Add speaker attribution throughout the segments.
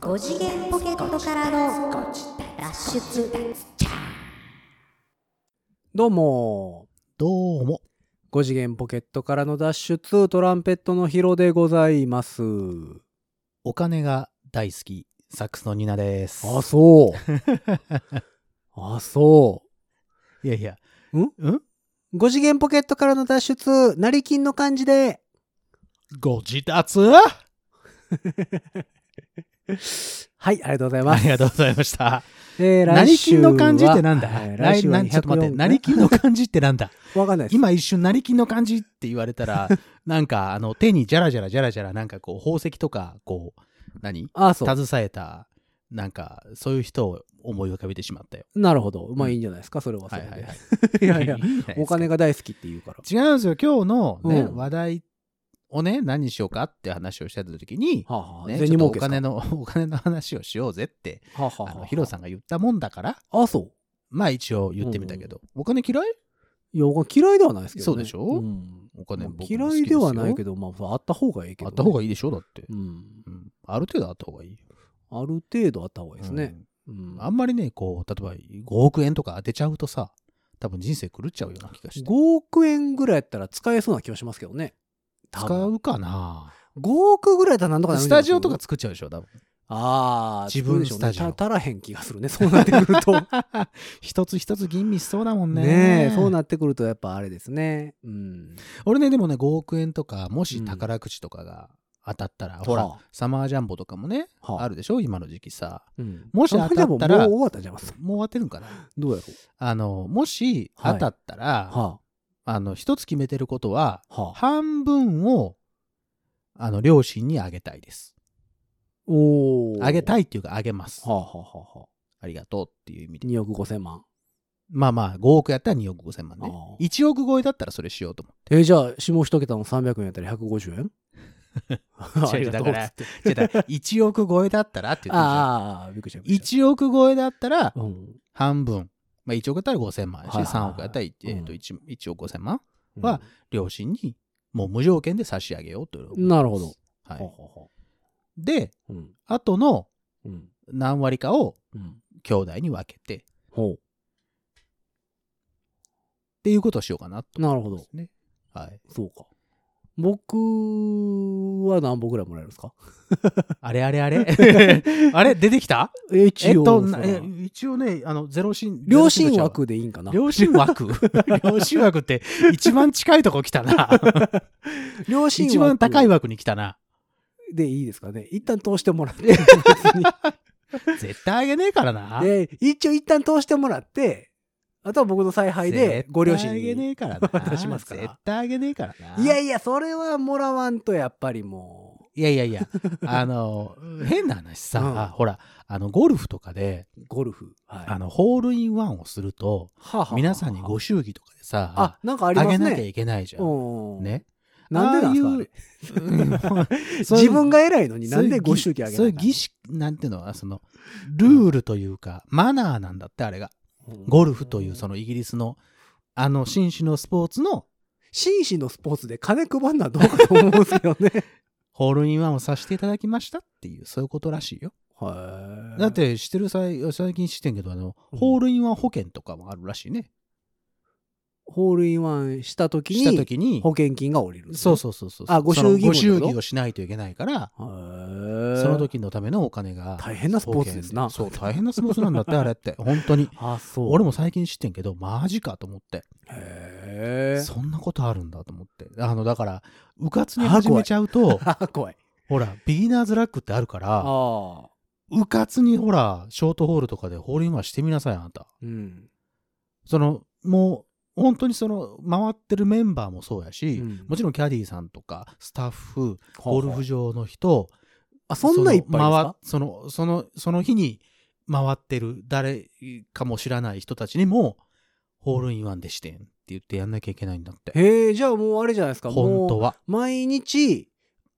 Speaker 1: 5次元ポケットからの脱出
Speaker 2: どうも
Speaker 3: どうも。
Speaker 2: 5次元ポケットからの脱出トランペットのヒロでございます
Speaker 3: お金が大好き、サックスのニナです。
Speaker 2: あそう あそ
Speaker 3: いやいや。
Speaker 2: う5次元ポケットからの脱出成金の感じで
Speaker 3: ご自達
Speaker 2: はいありがとうございま
Speaker 3: あ
Speaker 2: す
Speaker 3: りがとうございました。
Speaker 2: えー
Speaker 3: 成
Speaker 2: 来週
Speaker 3: 金
Speaker 2: は
Speaker 3: の漢字ってなんだ
Speaker 2: はい
Speaker 3: 来
Speaker 2: 来週は
Speaker 3: なんちょっと待って、
Speaker 2: 104
Speaker 3: 成金の漢字ってなんだ
Speaker 2: わかんない です
Speaker 3: 今一瞬成金の漢字って言われ たら、なんかあの手にジャラジャラジャラジャラなんかこう宝石とか、こう、何
Speaker 2: あそう
Speaker 3: 携えた、なんかそういう人を思い浮かべてしまったよ。
Speaker 2: なるほどまあいいんじゃないですかそれはそ
Speaker 3: はい
Speaker 2: れで、
Speaker 3: はいはい。
Speaker 2: いやいや
Speaker 3: いいじゃないですか
Speaker 2: お金が大好きって言うから
Speaker 3: 違うんですよ。今日のね、
Speaker 2: うん
Speaker 3: 話題をね、何にしようかって話をしてた時に、
Speaker 2: はあはあ、
Speaker 3: ね、ち
Speaker 2: 銭
Speaker 3: ょっ
Speaker 2: 儲け
Speaker 3: とお
Speaker 2: ですか
Speaker 3: 金の、 お金の話をしようぜって、
Speaker 2: はあはあは
Speaker 3: あ
Speaker 2: あ
Speaker 3: の、ヒロさんが言ったもんだから、
Speaker 2: あそう
Speaker 3: まあ一応言ってみたけど、お金嫌い
Speaker 2: いや、お金嫌いではないですけど、ね。
Speaker 3: そうでしょ
Speaker 2: ん
Speaker 3: お金
Speaker 2: まあ
Speaker 3: 僕も好きですよ
Speaker 2: 嫌いではないけど、まあ、あった方がいいけ
Speaker 3: あ
Speaker 2: ど、
Speaker 3: った方が
Speaker 2: いい。
Speaker 3: いいでしょだって。
Speaker 2: うん。
Speaker 3: うん。ある程度あった方がいい。
Speaker 2: ある程度あった方がいいですね。う。
Speaker 3: うんん。あんまりね、こう、例えば5億円とか当てちゃうとさ、多分人生狂っちゃうような気がして。
Speaker 2: 5億円ぐらいやったら使えそうな気はしますけどね。多
Speaker 3: 使
Speaker 2: 分
Speaker 3: うかな
Speaker 2: 5億ぐらいだったらなんとかなるん
Speaker 3: ス
Speaker 2: じゃない
Speaker 3: タ
Speaker 2: です
Speaker 3: ジオとか作っちゃうでしょ多分。
Speaker 2: ああ、
Speaker 3: 自分
Speaker 2: でしょうね
Speaker 3: スタジオ
Speaker 2: た足らへん気がするね。そうなってくる と。
Speaker 3: 一つ一つ吟味しそうだもんね。
Speaker 2: ねえ、そうなってくるとやっぱあれですね。うん。
Speaker 3: 俺ね、でもね、5億円とか、もし宝くじとかが当たったら、ほら
Speaker 2: はあ、
Speaker 3: サマージャンボとかもね、
Speaker 2: はあ
Speaker 3: あるでしょ今の時期さ。
Speaker 2: うん
Speaker 3: もし当たったら
Speaker 2: あでももう終わったじゃん。
Speaker 3: もう当てるんかな
Speaker 2: どうやろう。
Speaker 3: あの、もし
Speaker 2: はい
Speaker 3: 当たったら、
Speaker 2: は
Speaker 3: あの、一つ決めてることは、
Speaker 2: あ、はあ。
Speaker 3: 半分を、あの、両親にあげたいです。
Speaker 2: おお。
Speaker 3: あげ
Speaker 2: い。
Speaker 3: たいっていうか、あげます。
Speaker 2: はあはあはあはあ。
Speaker 3: ありがとうっていう意味で。
Speaker 2: 2億5千万。
Speaker 3: まあまあ、5億やったら2億5千万ね
Speaker 2: ああ。
Speaker 3: 1億超えだったらそれしようと思う。
Speaker 2: えーじゃあ下一桁の300円やったら150円 ありがとう
Speaker 3: だから
Speaker 2: っつって
Speaker 3: じゃあ、1億超えだったらって言ってるじゃん
Speaker 2: ああびっくりしたびっくりし
Speaker 3: 1億超えだったら
Speaker 2: た、うん
Speaker 3: 半分。まあ、1億やったら5000万やし、
Speaker 2: はいはいはい
Speaker 3: 3億やったら、えーと 1, 1億5000万、
Speaker 2: うん
Speaker 3: は両親に、もう無条件で差し上げようという。
Speaker 2: なるほど、
Speaker 3: は
Speaker 2: ほう
Speaker 3: い。
Speaker 2: ほうほ
Speaker 3: で、
Speaker 2: ううん
Speaker 3: あとの
Speaker 2: うん
Speaker 3: 何割かを
Speaker 2: うん
Speaker 3: 兄弟に分けて、っ
Speaker 2: ほ
Speaker 3: ていうことをしようかなと
Speaker 2: う。なるほど
Speaker 3: ね。はい。
Speaker 2: そうか僕は何本ぐらいもらえるんですか
Speaker 3: あれあれあれ あれ出てきた
Speaker 2: え一
Speaker 3: えっ
Speaker 2: 応
Speaker 3: と、
Speaker 2: そ
Speaker 3: な
Speaker 2: ら
Speaker 3: え一応ね、あの、ゼロ親、
Speaker 2: 両親枠でいいんかな
Speaker 3: 両親枠 両親枠って一番近いとこ来たな。
Speaker 2: 両親枠
Speaker 3: 一番高い枠に来たな。
Speaker 2: でいいですかね一旦通してもらって 別に
Speaker 3: 絶対あげねえからな。
Speaker 2: で一応一旦通してもらってあとは僕の采配でご両親
Speaker 3: 絶対あげね
Speaker 2: に
Speaker 3: えからな。
Speaker 2: 渡しますから
Speaker 3: 絶対あげねえからな。
Speaker 2: いやいやそれはもらわんとやっぱりもう
Speaker 3: いやい やいや、あの、変な話さ、
Speaker 2: うん
Speaker 3: ほら、あの、ゴルフとかで、
Speaker 2: ゴルフ。はい。
Speaker 3: あの、ホールインワンをすると、
Speaker 2: はあはあ
Speaker 3: 皆さんにご祝儀とかでさ、
Speaker 2: あ、なんかあ
Speaker 3: あ
Speaker 2: りますね。
Speaker 3: げなきゃいけないじゃん。
Speaker 2: うんうん。
Speaker 3: ね。
Speaker 2: なんでなんですかあれ
Speaker 3: ああいう そういう
Speaker 2: 自分が偉いのになんでご祝儀あげな
Speaker 3: そうい
Speaker 2: いう
Speaker 3: 儀式、なんていうのは、その、ルールというか、マナーなんだって、あれが。ゴルフという、そ
Speaker 2: の。
Speaker 3: のイギリスの、あの、紳士のスポーツの、
Speaker 2: 紳士のスポーツで金配るのはどうかと思うんですけどね。
Speaker 3: ホールインワンをさせていただきましたっていう、そういうことらしいよ。
Speaker 2: はい。
Speaker 3: だっ、て知ってる最最近知ってんけどあの、
Speaker 2: うん
Speaker 3: ホールインワン保険とかもあるらしいね。
Speaker 2: ホールインワンした時
Speaker 3: した
Speaker 2: に、
Speaker 3: 時に
Speaker 2: 保、険金が降りる。
Speaker 3: そうそうそうそう。
Speaker 2: あご祝儀
Speaker 3: その
Speaker 2: も
Speaker 3: ご祝
Speaker 2: ってこ
Speaker 3: 儀
Speaker 2: と
Speaker 3: をしないといけないから、
Speaker 2: う。
Speaker 3: そ
Speaker 2: そ
Speaker 3: の。時のためのお金が。
Speaker 2: 大変なスポーツですな。
Speaker 3: 保険でそう、大変なスポーツなんだって、あれって。本当に。
Speaker 2: あ、そう。
Speaker 3: 俺。も最近知ってんけど、マジかと思って。
Speaker 2: へ
Speaker 3: そんなことあるんだと思って。あの、だから、うかつに始めちゃうと、
Speaker 2: ぇ 怖い。
Speaker 3: ほら、ビギナーズラックってあるから、
Speaker 2: ああ。
Speaker 3: うかつにほら、ショートホールとかでホールインワンしてみなさい、あなた。
Speaker 2: うん。
Speaker 3: そのもう本当にその回ってるメンバーもそうやし、
Speaker 2: うん
Speaker 3: もちろんキャディーさんとかスタッフ
Speaker 2: ほ
Speaker 3: ゴ
Speaker 2: うほう
Speaker 3: ルフ場の人
Speaker 2: あ、そんないっぱいですか
Speaker 3: その回っそのそのその日に回ってる誰かも知らない人たちにもホールインワンでしてんって言ってやんなきゃいけないんだって
Speaker 2: へえ、じゃあもうあれじゃないですか。も
Speaker 3: 本
Speaker 2: う
Speaker 3: 当は
Speaker 2: 毎日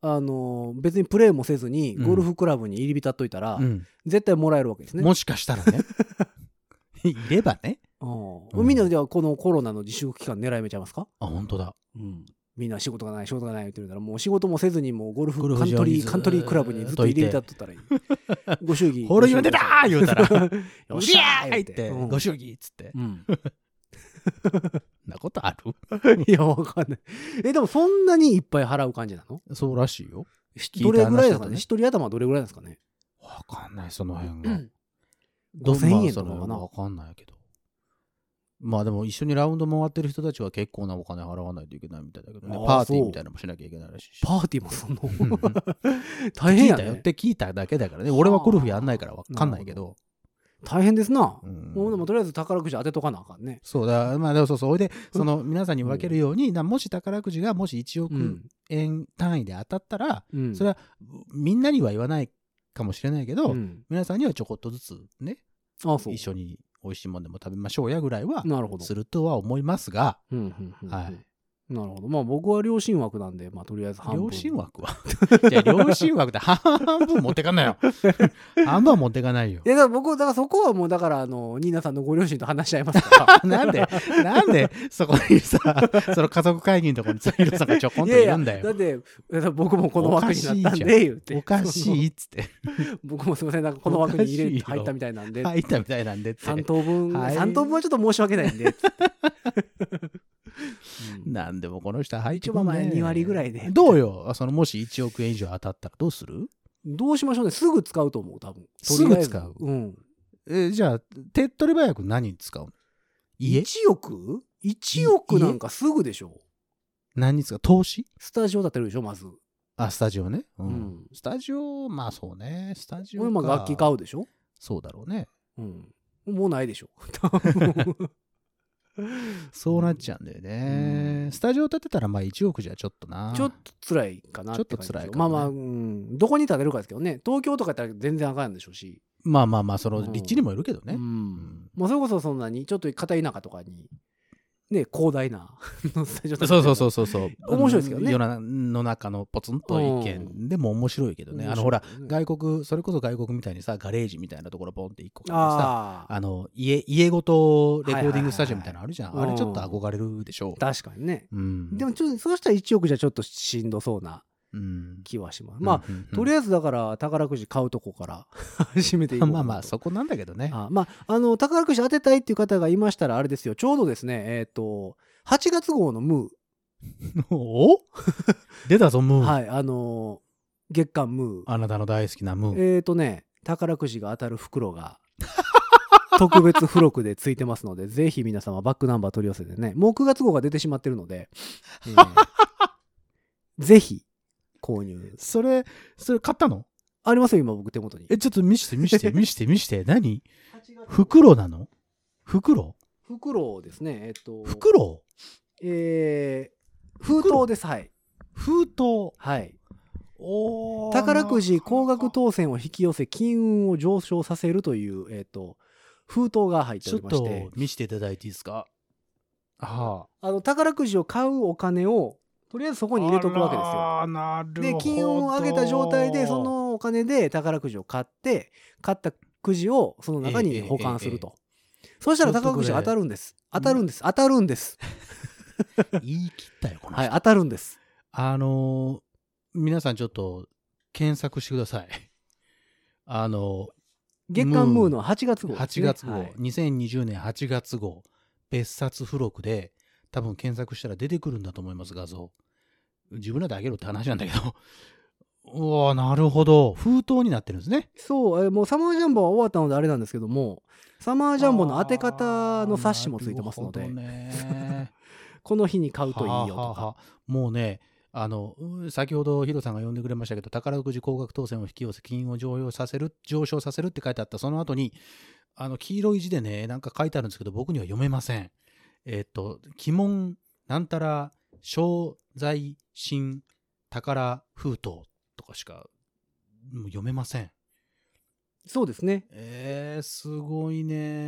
Speaker 2: あの別にプレーもせずに
Speaker 3: うん
Speaker 2: ゴルフクラブに入り浸っといたら、
Speaker 3: うん
Speaker 2: 絶対もらえるわけですね。
Speaker 3: もしかした らねいればね
Speaker 2: うん
Speaker 3: うん
Speaker 2: みんなではこのコロナの自粛期間狙い目ちゃいますか、
Speaker 3: あ本当だ
Speaker 2: うんみんな仕事がない仕事がない言ってるからもう仕事もせずにもうゴルフ
Speaker 3: ゴルフ
Speaker 2: カントリ
Speaker 3: 場に
Speaker 2: ー
Speaker 3: ずーっと
Speaker 2: カントリークラブにずっと入れ浸っとったらいい ご祝儀
Speaker 3: ホールインワン出たー言うたら
Speaker 2: よっしゃー
Speaker 3: 入って、
Speaker 2: うん
Speaker 3: ご祝儀っつって。
Speaker 2: うん
Speaker 3: そんなことある
Speaker 2: いやわかんないえでもそんなにいっぱい払う感じなの
Speaker 3: そうらしいよ。聞いた
Speaker 2: どれぐらいですか
Speaker 3: 話だと
Speaker 2: ね
Speaker 3: ね
Speaker 2: 一人頭どれぐらいなんですかね
Speaker 3: わかんない、その辺が。
Speaker 2: 5000円とかか
Speaker 3: ま
Speaker 2: な
Speaker 3: あその辺はわかんないけど。まあでも一緒にラウンド回ってる人たちは結構なお金払わないといけないみたいだけどね
Speaker 2: あ。ー
Speaker 3: パーティ
Speaker 2: そ
Speaker 3: ー
Speaker 2: う
Speaker 3: みたいなのもしなきゃいけないらしいし。
Speaker 2: パーティーもその
Speaker 3: うんうん
Speaker 2: 大変
Speaker 3: 聞い
Speaker 2: や
Speaker 3: たよっ
Speaker 2: ね
Speaker 3: て聞いただけだからね。俺はゴルフやんないからわかんないけど。
Speaker 2: 大変ですな
Speaker 3: うん
Speaker 2: もうでもとりあえず宝くじ当てとかなあかんね
Speaker 3: そうだ、まあでもそうそう。それで、その皆さんに分けるように、なもし宝くじがもし1
Speaker 2: う
Speaker 3: 億
Speaker 2: ん
Speaker 3: 円単位で当たったら、
Speaker 2: うん
Speaker 3: それはみんなには言わないかもしれないけど、
Speaker 2: うん
Speaker 3: 皆さんにはちょこっとずつね、
Speaker 2: あそう
Speaker 3: 一緒に美味しいもんでも食べましょうやぐらいは
Speaker 2: なるほど
Speaker 3: するとは思いますが、
Speaker 2: うんうんうんうん
Speaker 3: はい
Speaker 2: なるほどまあ僕は両親枠なんでまあとりあえず半分
Speaker 3: 両親枠は じゃあ両親枠って 半分持ってかないよ。 半分は持ってかないよ
Speaker 2: い。やだから僕だからそこはもうだからあのニーナさんのご両親と話し合いますから
Speaker 3: なんで、 なんでそこにさ、その家族会議のところにさ、ヒロさんがちょこんといるんだ
Speaker 2: いや
Speaker 3: よ。
Speaker 2: いやだってだって僕もこの枠になったんで言って
Speaker 3: おかし
Speaker 2: い
Speaker 3: いっつって、
Speaker 2: 僕もすいませんなんかこの枠に入れ
Speaker 3: おかしいよ
Speaker 2: 入ったみたいなんで
Speaker 3: 入ったみたいなんでって。
Speaker 2: 3等分
Speaker 3: はい
Speaker 2: 3等分はちょっと申し訳ないん でうん
Speaker 3: なんでもこの人入って
Speaker 2: 一応まあ2割ぐら
Speaker 3: い。
Speaker 2: いで
Speaker 3: どうよあそのもし1億円以上当たったらどうする
Speaker 2: どうしましょうねすぐ使うと思う多分
Speaker 3: すぐ
Speaker 2: とりあえず
Speaker 3: 使う
Speaker 2: うん
Speaker 3: えじゃあ、手っ取り早く何に使うの家
Speaker 2: 1億 ?1 億なんかすぐでしょ
Speaker 3: 何に使う投資
Speaker 2: スタジオ建てるでしょまず
Speaker 3: あ、スタジオね。うん。
Speaker 2: うん
Speaker 3: スタジオ、まあそうね。スタジオ
Speaker 2: 俺
Speaker 3: か。
Speaker 2: まあ楽器買うでしょ
Speaker 3: そうだろうね。
Speaker 2: うんもうない でしょ多分
Speaker 3: そうなっちゃうんだよね。
Speaker 2: うん
Speaker 3: スタジオ建てたら、まあ1億じゃちょっとな。
Speaker 2: ちょっと辛いかなって感じでしょ
Speaker 3: ちょっと辛いか
Speaker 2: ま
Speaker 3: も
Speaker 2: あ
Speaker 3: ね
Speaker 2: まあ、うん、どこに建てるかですけどね東京とかやったら全然あかんでしょうし、
Speaker 3: まあまあまあ、そ
Speaker 2: うん
Speaker 3: の立地にもよるけどね。
Speaker 2: うん
Speaker 3: ん
Speaker 2: まあ、それこそそんなにちょっと片田舎とかにね広大な スタジオ
Speaker 3: そうそう
Speaker 2: う
Speaker 3: そうそうそう。
Speaker 2: 面白いですけどね
Speaker 3: 世の中のポツンと一軒でも面白いけどね。あのほら、外国、それこそ外国みたいにさ、ガレージみたいなところポンって一個買ってさ、
Speaker 2: ああ
Speaker 3: あの、家、家ごとレコーディングスタジオみたいなのあるじゃん。
Speaker 2: はいはいはい
Speaker 3: あれちょっと憧れるでしょ
Speaker 2: 確かにね、
Speaker 3: う。うん。
Speaker 2: でも、ちょっとそうしたら1億じゃちょっとしんどそうな
Speaker 3: うん。
Speaker 2: 気はします、まあ
Speaker 3: うんうんうん、
Speaker 2: とりあえずだから宝くじ買うとこから 始めていこうかな
Speaker 3: まあ
Speaker 2: と
Speaker 3: まあ、そこなんだけどね。
Speaker 2: あまああの宝くじ当てたいっていう方がいましたらあれですよちょうどですねえっ、と8月号のム
Speaker 3: お出たぞ、
Speaker 2: ー、
Speaker 3: ムー。
Speaker 2: はいあのー月間ムー
Speaker 3: あなたの大好きなムー。
Speaker 2: えっ、とね宝くじが当たる袋が特別付録でついてますのでぜひ皆様バックナンバー取り寄せてねもう9月号が出てしまってるので、え ーぜひ購入
Speaker 3: それ、それ買ったの
Speaker 2: ありますよ今僕手元に
Speaker 3: え、ちょっと見して、見 して、見して、見して。何袋なの袋
Speaker 2: 袋をですねえっ、と
Speaker 3: 袋
Speaker 2: えー封筒ですはい
Speaker 3: 封筒。
Speaker 2: はい
Speaker 3: お
Speaker 2: 宝くじ高額当選を引き寄せ金運を上昇させるという、えー、と封筒が入って
Speaker 3: ち
Speaker 2: お
Speaker 3: ょっ
Speaker 2: りまして
Speaker 3: と見していただいていいですかああ。
Speaker 2: あの宝くじを買うお金をとりあえずそこに入れとくわけですよ。
Speaker 3: あらなるほど。
Speaker 2: で金運を上げた状態でそ、のお金で宝くじを買って買ったくじをその中
Speaker 3: ええ
Speaker 2: に
Speaker 3: ええ
Speaker 2: 保管すると。そうしたら宝くじが当たるんです。当たるんです。当たるんです。
Speaker 3: 言い切ったよ、この人。
Speaker 2: はい、当たるんです。
Speaker 3: あのー皆さんちょっと検索してください。あの
Speaker 2: 月刊ムーの8月号です
Speaker 3: 8
Speaker 2: ね、
Speaker 3: 月号、
Speaker 2: はい
Speaker 3: 2020年8月号、別冊付録で、多分検索したら出てくるんだと思います、画像。自分らであげろって話なんだけど。 うわーなるほど。封筒になってるんですね。
Speaker 2: そう、えーもうサマージャンボは終わったのであれなんですけども、サマージャンボの当て方の冊子もついてますの
Speaker 3: あ
Speaker 2: で
Speaker 3: ー、なるほどね
Speaker 2: この日に買うといいよとか。
Speaker 3: はあはあはあもうね、あの、うん先ほどヒロさんが呼んでくれましたけど、宝くじ高額当選を引き寄せ、金運を上昇させる、上昇させるって書いてあった、その後に、あの、黄色い字でね、なんか書いてあるんですけど、僕には読めません。えっと、鬼門、なんたら、小財神、宝封筒とかしか、もう読めません。
Speaker 2: そうですね。
Speaker 3: えー、すごい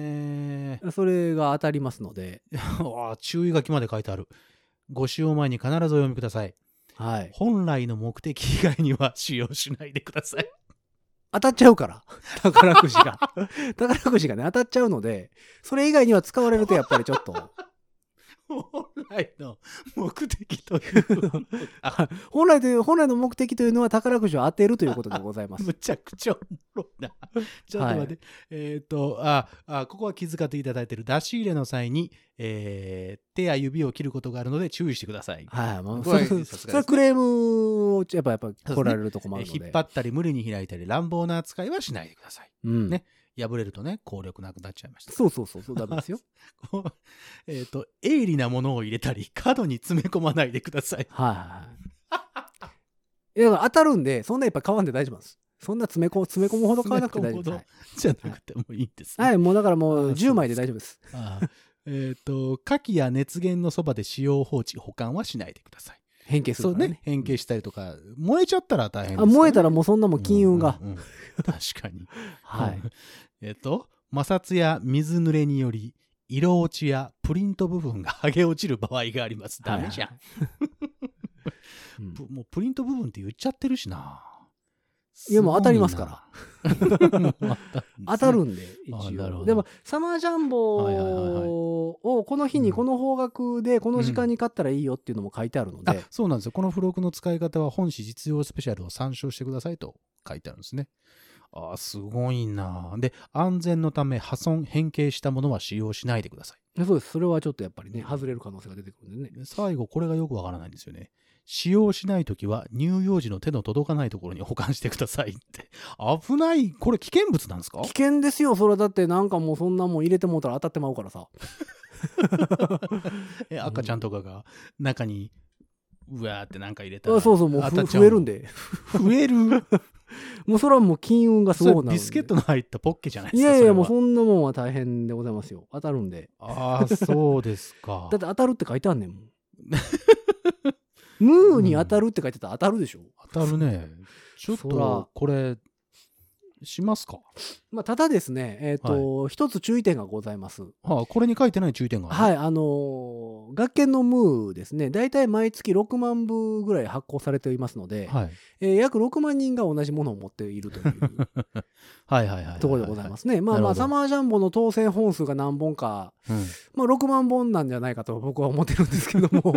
Speaker 3: ね
Speaker 2: それが当たりますので、
Speaker 3: あー 注意書きまで書いてある。ご使用前に必ずお読みください。
Speaker 2: はい。
Speaker 3: 本来の目的以外には使用しないでください。
Speaker 2: 当たっちゃうから、 宝くじが。 宝くじがね、当たっちゃうので、それ以外には使われるとやっぱりちょっと、
Speaker 3: 本来の目的というのが
Speaker 2: 本来という本来の目的というのは宝くじを当てるということでございます。
Speaker 3: むちゃくちゃおもろ いな。ちょっと待って、えっ、とああ、ここは気遣っていただいている出し入れの際に、えー手や指を切ることがあるので注意してください。
Speaker 2: はい、もう
Speaker 3: こ
Speaker 2: そ
Speaker 3: れは
Speaker 2: れそ
Speaker 3: さす
Speaker 2: れそ
Speaker 3: がですね
Speaker 2: れはクレームをやっぱやっぱ来られると困
Speaker 3: え
Speaker 2: るの
Speaker 3: ー
Speaker 2: で、
Speaker 3: 引っ張ったり無理に開いたり乱暴な扱いはしないでください。
Speaker 2: うん
Speaker 3: ね破れるとね、効力なくなっちゃいました。
Speaker 2: そうそうそうそうダメ ですよ。
Speaker 3: こうえっ、と、鋭利なものを入れたり、角に詰め込まないでください。
Speaker 2: はいはいはい。いやだから当たるんでそんなやっぱ買わんで大丈夫なんです。そんな詰め込む詰め込むほど買わなくて大丈夫です。はい
Speaker 3: じゃなくてもいいんです、ね。
Speaker 2: はい、もうだからも
Speaker 3: あ
Speaker 2: う
Speaker 3: ーそ
Speaker 2: 10
Speaker 3: う
Speaker 2: 枚で大丈夫です。
Speaker 3: ああえっ、と、火器や熱源のそばで使用放置、保管はしないでください。
Speaker 2: 変形す
Speaker 3: そ
Speaker 2: る
Speaker 3: う
Speaker 2: からね
Speaker 3: ね。、変形したりとか、燃えちゃったら大変です、ね。
Speaker 2: あ燃えた
Speaker 3: ら
Speaker 2: らもうそんなもん金運が。
Speaker 3: 確かに。
Speaker 2: はい。
Speaker 3: えっと、摩擦や水濡れにより、色落ちやプリント部分が剥げ落ちる場合があります。ダメじゃん。
Speaker 2: うん
Speaker 3: ぷ もうプリント部分って言っちゃってるしな。。
Speaker 2: いやもう当たりますから
Speaker 3: もう
Speaker 2: 当たる
Speaker 3: ん
Speaker 2: んで、
Speaker 3: あー
Speaker 2: 一
Speaker 3: なるほど
Speaker 2: 応。でも、サマージャンボ
Speaker 3: はいはいはいはい
Speaker 2: をこの日にこの方角でこの時間に買ったらいいよっていうのも書いてあるの
Speaker 3: ですね。
Speaker 2: で
Speaker 3: あ、そうなんですよ。この付録の使い方は本誌実用スペシャルを参照してくださいと書いてあるんですね。ああ、すごいな。で、安全のため破損、変形したものは使用しないでください。
Speaker 2: そうです。それはちょっとやっぱりね、外れる可能性が出てくるんでね。
Speaker 3: 最後、これがよくわからないんですよね。使用しないときは、乳幼児の手の届かないところに保管してくださいって。危ない。これ危険物なんですか
Speaker 2: 危険ですよ、それはだってなんかもうそんなもん入れてもうたら当たってまうからさ。
Speaker 3: え赤ちゃんとかが中に、うわーってなんか入れたら。
Speaker 2: あそうそう、もう
Speaker 3: 当
Speaker 2: ふ
Speaker 3: たっちゃ
Speaker 2: 増えるんで。
Speaker 3: 増える。
Speaker 2: もうそれはもう金運がす
Speaker 3: そ
Speaker 2: ご
Speaker 3: れ
Speaker 2: いなるんで。
Speaker 3: ビスケットの入ったポッケじゃないで
Speaker 2: い
Speaker 3: すか。
Speaker 2: やいや、もう
Speaker 3: そ
Speaker 2: そ
Speaker 3: れは
Speaker 2: んなもんは大変でございますよ。当たるんで。
Speaker 3: ああ、そうです か。
Speaker 2: だって当たるって書いてあんねん もん。ムーに当たるって書いてたら当たるでしょ。
Speaker 3: 当たるね。ちょっ
Speaker 2: そら
Speaker 3: と、これ、しますか。
Speaker 2: まあ、ただですね、えっ、と、一、つ注意点がございます。
Speaker 3: はあ、これに書いてない注意点がある。
Speaker 2: はい、あのー学研のムーですね、大体毎月6万部ぐらい発行されていますので、
Speaker 3: はい。
Speaker 2: えー約6万人が同じものを持っているという
Speaker 3: はいはいはい。。
Speaker 2: ところでございますすね。まあ
Speaker 3: なる
Speaker 2: ま
Speaker 3: ほ
Speaker 2: あ、
Speaker 3: ど
Speaker 2: サマージャンボの当選本数が何本か、
Speaker 3: うん
Speaker 2: まあ、6万本なんじゃないかと僕は思ってるんですけど も、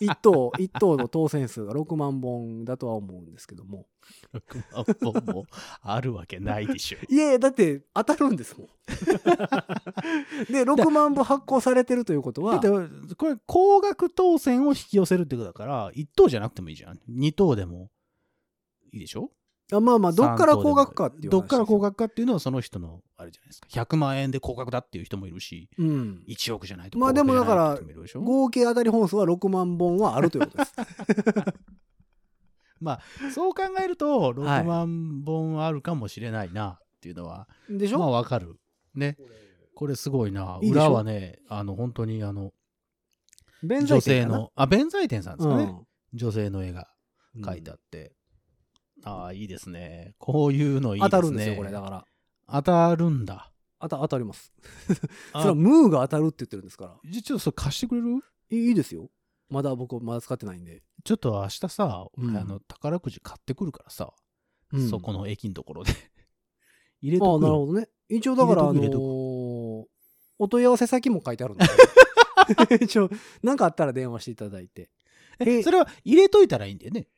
Speaker 2: 1等、一等の当選数が6万本だとは思うんですけども。
Speaker 3: 6万本もあるわけないでしょ。
Speaker 2: いやいや、だって当たるんですもん。で、6万部発行されてるということ
Speaker 3: だっ
Speaker 2: は
Speaker 3: て、これ高額当選を引き寄せるってことだから1等じゃなくてもいいじゃん2等でもいいでしょ
Speaker 2: あまあまあ、どっから高額かっていう話ですよ
Speaker 3: どっから高額かっていうのはその人のあれじゃないですか100万円で高額だっていう人もいるし
Speaker 2: うん。
Speaker 3: 1億じゃないと
Speaker 2: まあ
Speaker 3: 高額じゃな
Speaker 2: でもだ
Speaker 3: い
Speaker 2: から
Speaker 3: って人もいるでしょ
Speaker 2: 合計当たり本数は6万本はあるということです。
Speaker 3: そう考えると
Speaker 2: はい
Speaker 3: 6万本あるかもしれないなっていうのは、
Speaker 2: でし
Speaker 3: まあ
Speaker 2: ょ、
Speaker 3: わかるねこれすごいない
Speaker 2: いでしょ
Speaker 3: 裏はねあの本当にあの
Speaker 2: 弁
Speaker 3: 女
Speaker 2: 財
Speaker 3: 性
Speaker 2: 天かな
Speaker 3: のあ弁財天さんですかね、
Speaker 2: う
Speaker 3: 女性の絵が
Speaker 2: ん
Speaker 3: 書いてあって、ああいいですねこういうのいいで
Speaker 2: 当
Speaker 3: すね
Speaker 2: たるんですよ、これ。だから。
Speaker 3: 当たるんだ
Speaker 2: 当た当たります。そ
Speaker 3: あ
Speaker 2: れはムーが当たるって言ってるんですから。
Speaker 3: じゃちょっとそれ貸してくれる
Speaker 2: いいいですよ。まだ僕、まだ使ってないんで。
Speaker 3: ちょっと明日さ、
Speaker 2: うん
Speaker 3: あの宝くじ買ってくるからさ、
Speaker 2: うん
Speaker 3: そこの駅のところで入れ
Speaker 2: ああ、
Speaker 3: とく
Speaker 2: なる
Speaker 3: よ
Speaker 2: ほどね。一応だから、あ
Speaker 3: 入
Speaker 2: の
Speaker 3: れとく
Speaker 2: ーお問い合わせ先も書いてあ るんで。 一応、なんかあったら電話していただいて。
Speaker 3: え
Speaker 2: え
Speaker 3: それは入れといたらいいんだよね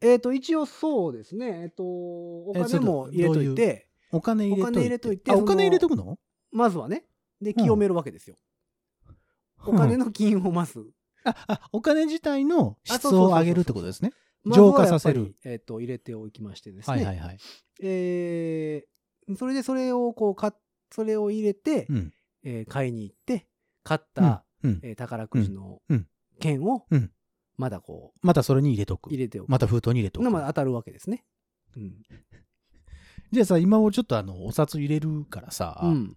Speaker 2: えっ、と、一応そうですね。えっ、と、お
Speaker 3: えち
Speaker 2: 金
Speaker 3: ょっと
Speaker 2: も入れとい
Speaker 3: どう
Speaker 2: て、
Speaker 3: お金入れといて
Speaker 2: お金入れといて
Speaker 3: あ
Speaker 2: その
Speaker 3: お金入れとくの
Speaker 2: まずはね、で、清めるわけですよ。お金の金をまず。
Speaker 3: ああお金自体の
Speaker 2: あ
Speaker 3: 質
Speaker 2: そうそうそうそう
Speaker 3: を上げるってことですね
Speaker 2: まずは
Speaker 3: 浄化させる
Speaker 2: やっぱり。えっ、と、入れておきましてですね。
Speaker 3: はいはいはい、
Speaker 2: えーそれでそれをこう買っそれを入れて、
Speaker 3: うん
Speaker 2: えー買いに行って買っ
Speaker 3: うん
Speaker 2: た、
Speaker 3: うん、
Speaker 2: えー宝くじの
Speaker 3: うん
Speaker 2: 券を、
Speaker 3: うん
Speaker 2: まだこ
Speaker 3: またそれに入れと
Speaker 2: う
Speaker 3: く
Speaker 2: 入れておく、
Speaker 3: また封筒に入れとく、
Speaker 2: がまだ当たるわけですね。うん
Speaker 3: じゃあさ今俺ちょっとあのお札入れるからさ、
Speaker 2: うん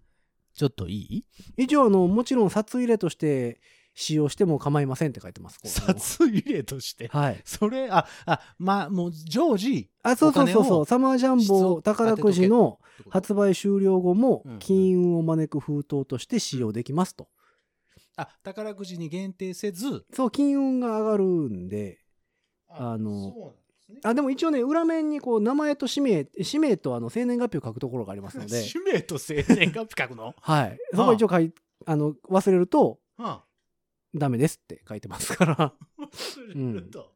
Speaker 3: ちょっといい
Speaker 2: 一応あのもちろん札入れとして使用しても構いませんって書いてます。ここにも
Speaker 3: 札入れとして
Speaker 2: はい、
Speaker 3: それああまあもう常時
Speaker 2: あそうそうそう
Speaker 3: お金
Speaker 2: そ
Speaker 3: を
Speaker 2: うサマージャン
Speaker 3: 質を
Speaker 2: ボ
Speaker 3: 当てとけ
Speaker 2: 宝くじの発売終了後も
Speaker 3: うんうん
Speaker 2: 金運を招く封筒として使用できますと。
Speaker 3: あ宝くじに限定せず
Speaker 2: そう金運が上がるんであのあでも一応ね裏面にこう名前と氏名氏名とあの生年月日を書くところがありますの で、
Speaker 3: 氏 名と生年月日書くの、
Speaker 2: はい、そこ一応書いあの忘れると
Speaker 3: うん
Speaker 2: ダメですって書いてますから、
Speaker 3: す ると、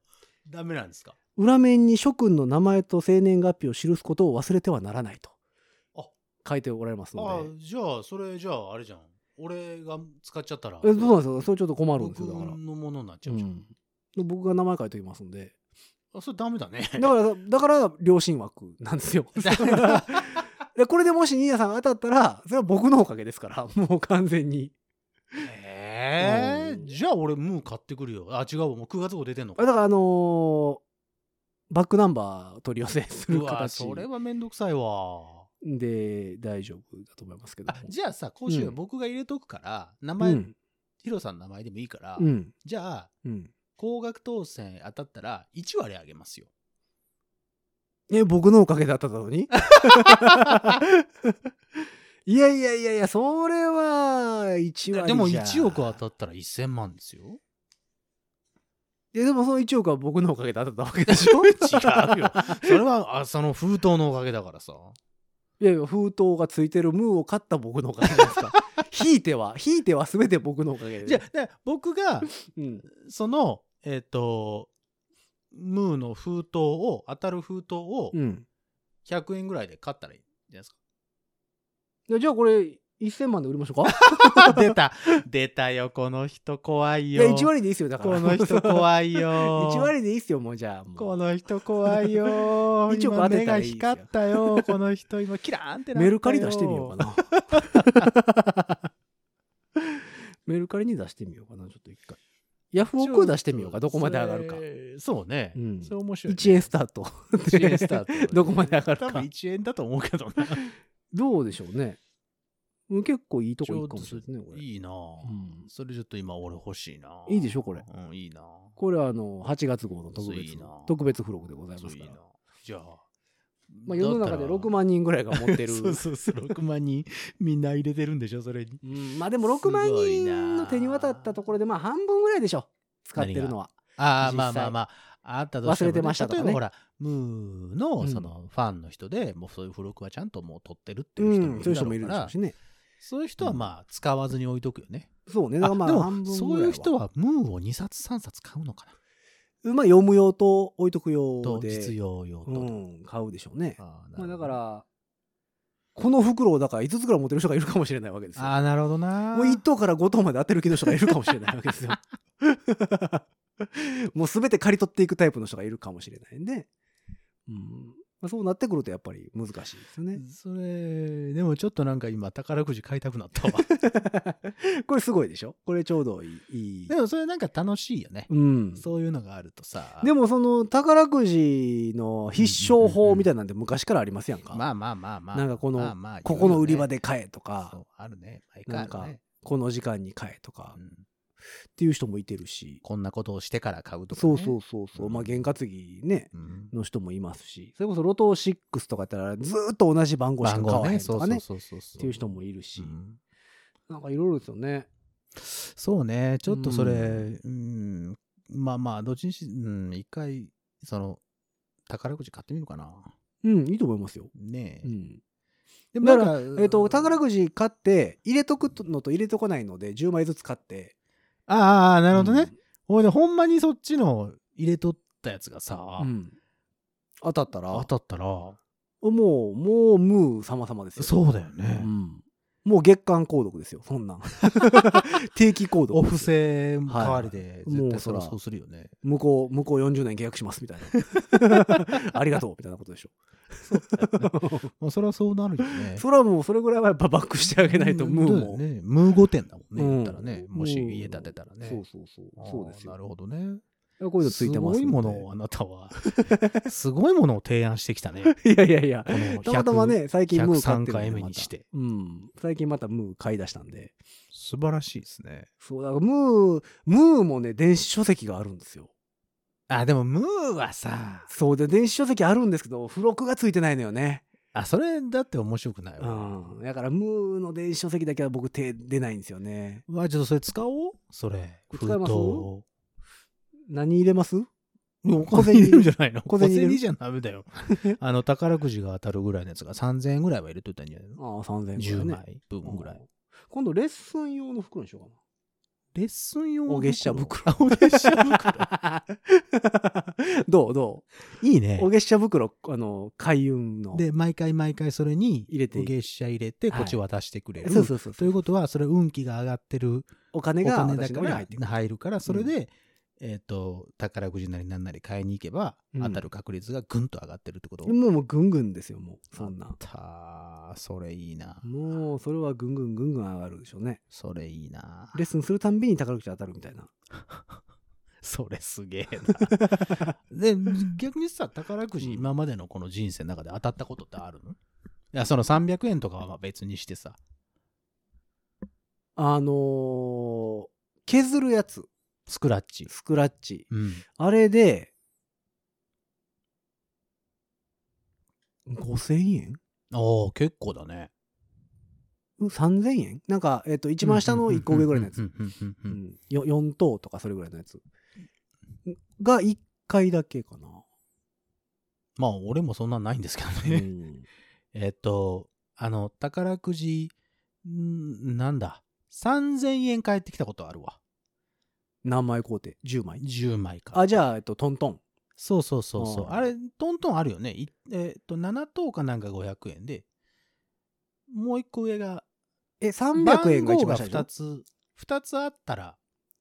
Speaker 3: ダメなんですか
Speaker 2: 裏面に諸君の名前と生年月日を記すことを忘れてはならないと
Speaker 3: あ
Speaker 2: 書いておられます
Speaker 3: ああ
Speaker 2: の
Speaker 3: じゃあそれじゃああれじゃん俺が使っちゃったら
Speaker 2: で。えそうなんですよ。それちょっと困るんです
Speaker 3: 僕
Speaker 2: よ。だから。
Speaker 3: のものになっちゃ
Speaker 2: う
Speaker 3: うじゃん、
Speaker 2: ん、僕が名前書いておきますんで。
Speaker 3: あそれダメだ ね
Speaker 2: だから、だから、両親枠なんです よ。だから でこれでもし、ニーナさんが当たったら、それは僕のおかげですから、もう完全に。
Speaker 3: え
Speaker 2: う
Speaker 3: ー、
Speaker 2: ん
Speaker 3: じゃあ俺もう買ってくるよあ違うわもう9月号出てんの
Speaker 2: あだ
Speaker 3: か
Speaker 2: から、あのーバックナンバー取り寄せす
Speaker 3: う
Speaker 2: る
Speaker 3: わ
Speaker 2: 形
Speaker 3: それはめんどくさいわ
Speaker 2: で大丈夫だと思いますけど
Speaker 3: あ
Speaker 2: も。
Speaker 3: じゃあさ今週は
Speaker 2: うん
Speaker 3: 僕が入れとくから、名
Speaker 2: う
Speaker 3: 前、
Speaker 2: ん。
Speaker 3: ヒロさんの名前でもいいから、
Speaker 2: うん。
Speaker 3: じゃあ
Speaker 2: うん。
Speaker 3: 高額当選当たったら1割あげますよ
Speaker 2: え、僕のおかげだったの に いやいやいやいや、それは、1割じゃ
Speaker 3: でも1億当たったら1000万で すよ
Speaker 2: いや、でもその1億は僕のおかげで当たったわけでしょ
Speaker 3: 違うよ。それはあその封筒のおかげだからさ
Speaker 2: いやいや、封筒がついてるムーを買った僕のおかげですか。ひいては、ひいては全て僕のおかげで。
Speaker 3: じゃあだから僕が
Speaker 2: うん。
Speaker 3: そのえっ、とムーの封筒を当たる封筒を
Speaker 2: うん。
Speaker 3: 100円ぐらいで買ったらいいじゃないです
Speaker 2: じゃあこれ、1000万で売りましょうか
Speaker 3: か 出た出たよこの人怖い
Speaker 2: い
Speaker 3: よ
Speaker 2: や、1割でいいっすよ、だから。
Speaker 3: この人怖い よ
Speaker 2: 1割でいいっすよ、もうじゃあ。もう
Speaker 3: この人怖いよ
Speaker 2: 一応
Speaker 3: 今
Speaker 2: 当て
Speaker 3: 目
Speaker 2: たら
Speaker 3: が
Speaker 2: いいですよ
Speaker 3: 光ったよこの人今キラーンってなったよ
Speaker 2: メルカリ出してみようかな。メルカリに出してみようかな、ちょっと一回。ヤフオク出してみようか、どこまで上がるか
Speaker 3: そ。れそうね、
Speaker 2: うん
Speaker 3: それ面白いね、
Speaker 2: 1円スタート。
Speaker 3: 1円スター ト
Speaker 2: どこまで上がるか
Speaker 3: 多分1円だと思うけどな
Speaker 2: どうでしょうね。うん結構いいとこいくかもしれないですね、これ。
Speaker 3: いいなぁ、
Speaker 2: うん
Speaker 3: それちょっと今俺欲しいなぁ
Speaker 2: いいでしょこれ
Speaker 3: うんいいなぁ
Speaker 2: これはあの8月号の特
Speaker 3: そういい
Speaker 2: 別
Speaker 3: な
Speaker 2: 特別付録でござい
Speaker 3: そ
Speaker 2: ま
Speaker 3: う
Speaker 2: す
Speaker 3: いい
Speaker 2: か
Speaker 3: な
Speaker 2: ら
Speaker 3: ぁ。じゃあ
Speaker 2: まあ、世の中で6
Speaker 3: 万
Speaker 2: 万人ぐらいが持ってる。
Speaker 3: そうそうそう6万人みんな入れてるんでしょそれに
Speaker 2: うんまあでも6万
Speaker 3: すごいな
Speaker 2: 人の手に渡ったところでまあ半分ぐらいでしょ使ってるのは。
Speaker 3: あ
Speaker 2: 実
Speaker 3: あ
Speaker 2: 際
Speaker 3: まあまあまああったとしても
Speaker 2: 忘れてましたとかね
Speaker 3: 例えばほらムーの
Speaker 2: うん
Speaker 3: そのファンの人で、もうそういう付録はちゃんともう取ってるって
Speaker 2: う
Speaker 3: いうん人もい
Speaker 2: そうい
Speaker 3: る
Speaker 2: う人
Speaker 3: だろ
Speaker 2: もいうる
Speaker 3: か
Speaker 2: でしょ
Speaker 3: ら、
Speaker 2: うしね。
Speaker 3: そういう人はまあ使わずに置いとくよね、
Speaker 2: そうね。だからま
Speaker 3: あで
Speaker 2: あ
Speaker 3: も
Speaker 2: 半分ぐらい
Speaker 3: そういう人
Speaker 2: は。
Speaker 3: はムーを2冊3冊買うのか
Speaker 2: まあ読む用と置いとく
Speaker 3: な
Speaker 2: 用
Speaker 3: と
Speaker 2: で。
Speaker 3: 実用用と、
Speaker 2: うん、買うでしょうね。
Speaker 3: あー
Speaker 2: まあ
Speaker 3: なる
Speaker 2: だ
Speaker 3: ほ
Speaker 2: か
Speaker 3: ど
Speaker 2: ら、この袋をだから5つぐらい持ってる人がいるかもしれないわけですよ。
Speaker 3: あーなるほどな
Speaker 2: もう1等から5等まで当てる気の人がいるかもしれないわけ ですよ。もう全て刈り取っていくタイプの人がいるかもしれないんで、うんまあ、そうなってくるとやっぱり難しいですよね。
Speaker 3: それでもちょっとなんか今宝くじ買いたくなったわ
Speaker 2: これすごいでしょこれちょうどいい。いい
Speaker 3: でもそれなんか楽しいよね、
Speaker 2: うん、
Speaker 3: そういうのがあるとさ
Speaker 2: でもその宝くじの必勝法みたいなんて昔からありますやんか。
Speaker 3: まあまあまあまあ
Speaker 2: なんかこの
Speaker 3: まあまあ
Speaker 2: ここの売り場
Speaker 3: で
Speaker 2: で買えとか、
Speaker 3: そうあるね毎
Speaker 2: な
Speaker 3: 回
Speaker 2: ん
Speaker 3: あ
Speaker 2: か
Speaker 3: るね、
Speaker 2: この時間に買えとか
Speaker 3: う
Speaker 2: っ
Speaker 3: ん
Speaker 2: ていう人もいてるし、
Speaker 3: こんなことをしてから買うとか、ね、
Speaker 2: そうそうそうそう、
Speaker 3: うん
Speaker 2: まあ験担ぎね、
Speaker 3: うん、
Speaker 2: の人もいますし、それこそロト6とかやったらずーっと同じ番号し
Speaker 3: 番
Speaker 2: か買
Speaker 3: 号
Speaker 2: わへ
Speaker 3: ね
Speaker 2: んと
Speaker 3: そう
Speaker 2: か
Speaker 3: そ
Speaker 2: ね
Speaker 3: う、そうそう
Speaker 2: っ
Speaker 3: そう
Speaker 2: ていう人もいるし
Speaker 3: う、ん
Speaker 2: なんかいろいろですよね。
Speaker 3: そうねちょっとそれ、
Speaker 2: う
Speaker 3: う、
Speaker 2: ん
Speaker 3: まあまあどっちにし、うん、一回その宝くじ買ってみるかな
Speaker 2: うん、いいと思いますよ。
Speaker 3: ねえ、
Speaker 2: うん。
Speaker 3: で
Speaker 2: だから
Speaker 3: んか
Speaker 2: えっと、宝くじ買って、入れとくのと入れとかないので、10枚ずつ買って。
Speaker 3: ああなるほどね、
Speaker 2: うん
Speaker 3: ほいでほんまにそっちの入れとったやつがさ、
Speaker 2: うん当たったら
Speaker 3: 当たったら
Speaker 2: もうもうムー様々ですよ
Speaker 3: そうだよね、
Speaker 2: うんもう月間購読ですよそんなん 定期購読
Speaker 3: お布施代わりで絶対それ
Speaker 2: もうそら
Speaker 3: はそうするよね、
Speaker 2: 向こう向こう40年契約しますみたい な ありがとうみたいなことでしょ
Speaker 3: まあ、それはそうなるよね
Speaker 2: それはもうそれぐらいはやっぱバックしてあげないと
Speaker 3: うん
Speaker 2: ムー
Speaker 3: そう
Speaker 2: も、
Speaker 3: だよね、ムー5点だもんね、
Speaker 2: うん
Speaker 3: 言ったらねもし
Speaker 2: うん
Speaker 3: 家建てたらね、
Speaker 2: そうそうそうそうです
Speaker 3: あーな
Speaker 2: よ
Speaker 3: るほどね
Speaker 2: こういうのついてます
Speaker 3: ごい
Speaker 2: の
Speaker 3: も
Speaker 2: で
Speaker 3: のをあな たはすごいものを提案してきたね
Speaker 2: いやいやい や
Speaker 3: この100
Speaker 2: たまたまね最近ムー買ってるんで
Speaker 3: 103回目
Speaker 2: また
Speaker 3: にして
Speaker 2: うん最近またムー買い出したんで
Speaker 3: 素晴らしいですね
Speaker 2: そうだからムームーもね電子書籍があるんですよ
Speaker 3: あでもムーはさ
Speaker 2: そうで電子書籍あるんですけど付録がついてないのよね
Speaker 3: あそれだって面白くないわ、
Speaker 2: うんだからムーの電子書籍だけは僕手出ないんですよね
Speaker 3: うわちょっとそれ使おうそれ
Speaker 2: 使います
Speaker 3: 封
Speaker 2: 何入れます
Speaker 3: 筒お
Speaker 2: 小
Speaker 3: 金
Speaker 2: 銭
Speaker 3: 入れるんじゃないの
Speaker 2: 小銭入れる
Speaker 3: じゃダメ だよあの宝くじが当たるぐらいのやつが3000円ぐらいは入れといたんじゃないの
Speaker 2: ああ3000円ぐらいね
Speaker 3: 10枚分ぐらい
Speaker 2: うん今度レッスン用の袋にしようかな
Speaker 3: レッスン用袋
Speaker 2: お月謝袋。
Speaker 3: あお月謝袋。
Speaker 2: どうど
Speaker 3: いいね
Speaker 2: うお。月謝袋、あの、開運の。
Speaker 3: で、毎回毎回それに、
Speaker 2: 入れてい
Speaker 3: お
Speaker 2: く
Speaker 3: 月謝入れて、こっち渡してくれる。
Speaker 2: そうそうそう
Speaker 3: と
Speaker 2: そ。
Speaker 3: いううことは、それ運気が上がってる
Speaker 2: お金
Speaker 3: お
Speaker 2: が
Speaker 3: 金だ
Speaker 2: 私のとこ
Speaker 3: か
Speaker 2: に
Speaker 3: ら
Speaker 2: 入ってくる。
Speaker 3: 入るから、それで、えっと、宝くじなりなんなり買いに行けば、
Speaker 2: うん
Speaker 3: 当たる確率がぐんと上がってるってこと。
Speaker 2: もうもうぐんぐんですよ、もう。そんな。
Speaker 3: たーそれいいな。
Speaker 2: もう、それはぐんぐんぐんぐん上がるでしょうね。
Speaker 3: それいいな。
Speaker 2: レッスンするたんびに宝くじ当たるみたいな。
Speaker 3: それすげえ な。で、逆にさ、宝くじ、
Speaker 2: うん
Speaker 3: 今までのこの人生の中で当たったことってあるのいや、その300円とかはまあ別にしてさ。
Speaker 2: あのー削るやつ、
Speaker 3: スクラッチ。
Speaker 2: スクラッチ。
Speaker 3: うん。
Speaker 2: あれで、5000円
Speaker 3: おお結構だね。
Speaker 2: うん ?3000 円なんか、えっ、と、一番下の1個上ぐらいのやつ。
Speaker 3: うんうんうんう
Speaker 2: うん
Speaker 3: うん
Speaker 2: ん、よ4等とかそれぐらいのやつが1回だけかな。
Speaker 3: まあ、俺もそんなんないんですけど
Speaker 2: う
Speaker 3: ね。
Speaker 2: ん
Speaker 3: えっと、あの、宝くじ、んなんだ。3000円返ってきたことあるわ。
Speaker 2: 何枚買うて ?10 枚。
Speaker 3: 10枚か。
Speaker 2: あ、じゃあ、えっと、トントン。
Speaker 3: そうそうそうそう。
Speaker 2: うん
Speaker 3: あれ、トントンあるよね。いえっと、7等かなんか500円で、もう一個上が、
Speaker 2: え、300円が一番下で
Speaker 3: 番号
Speaker 2: しょ
Speaker 3: 2つ、2つあったら、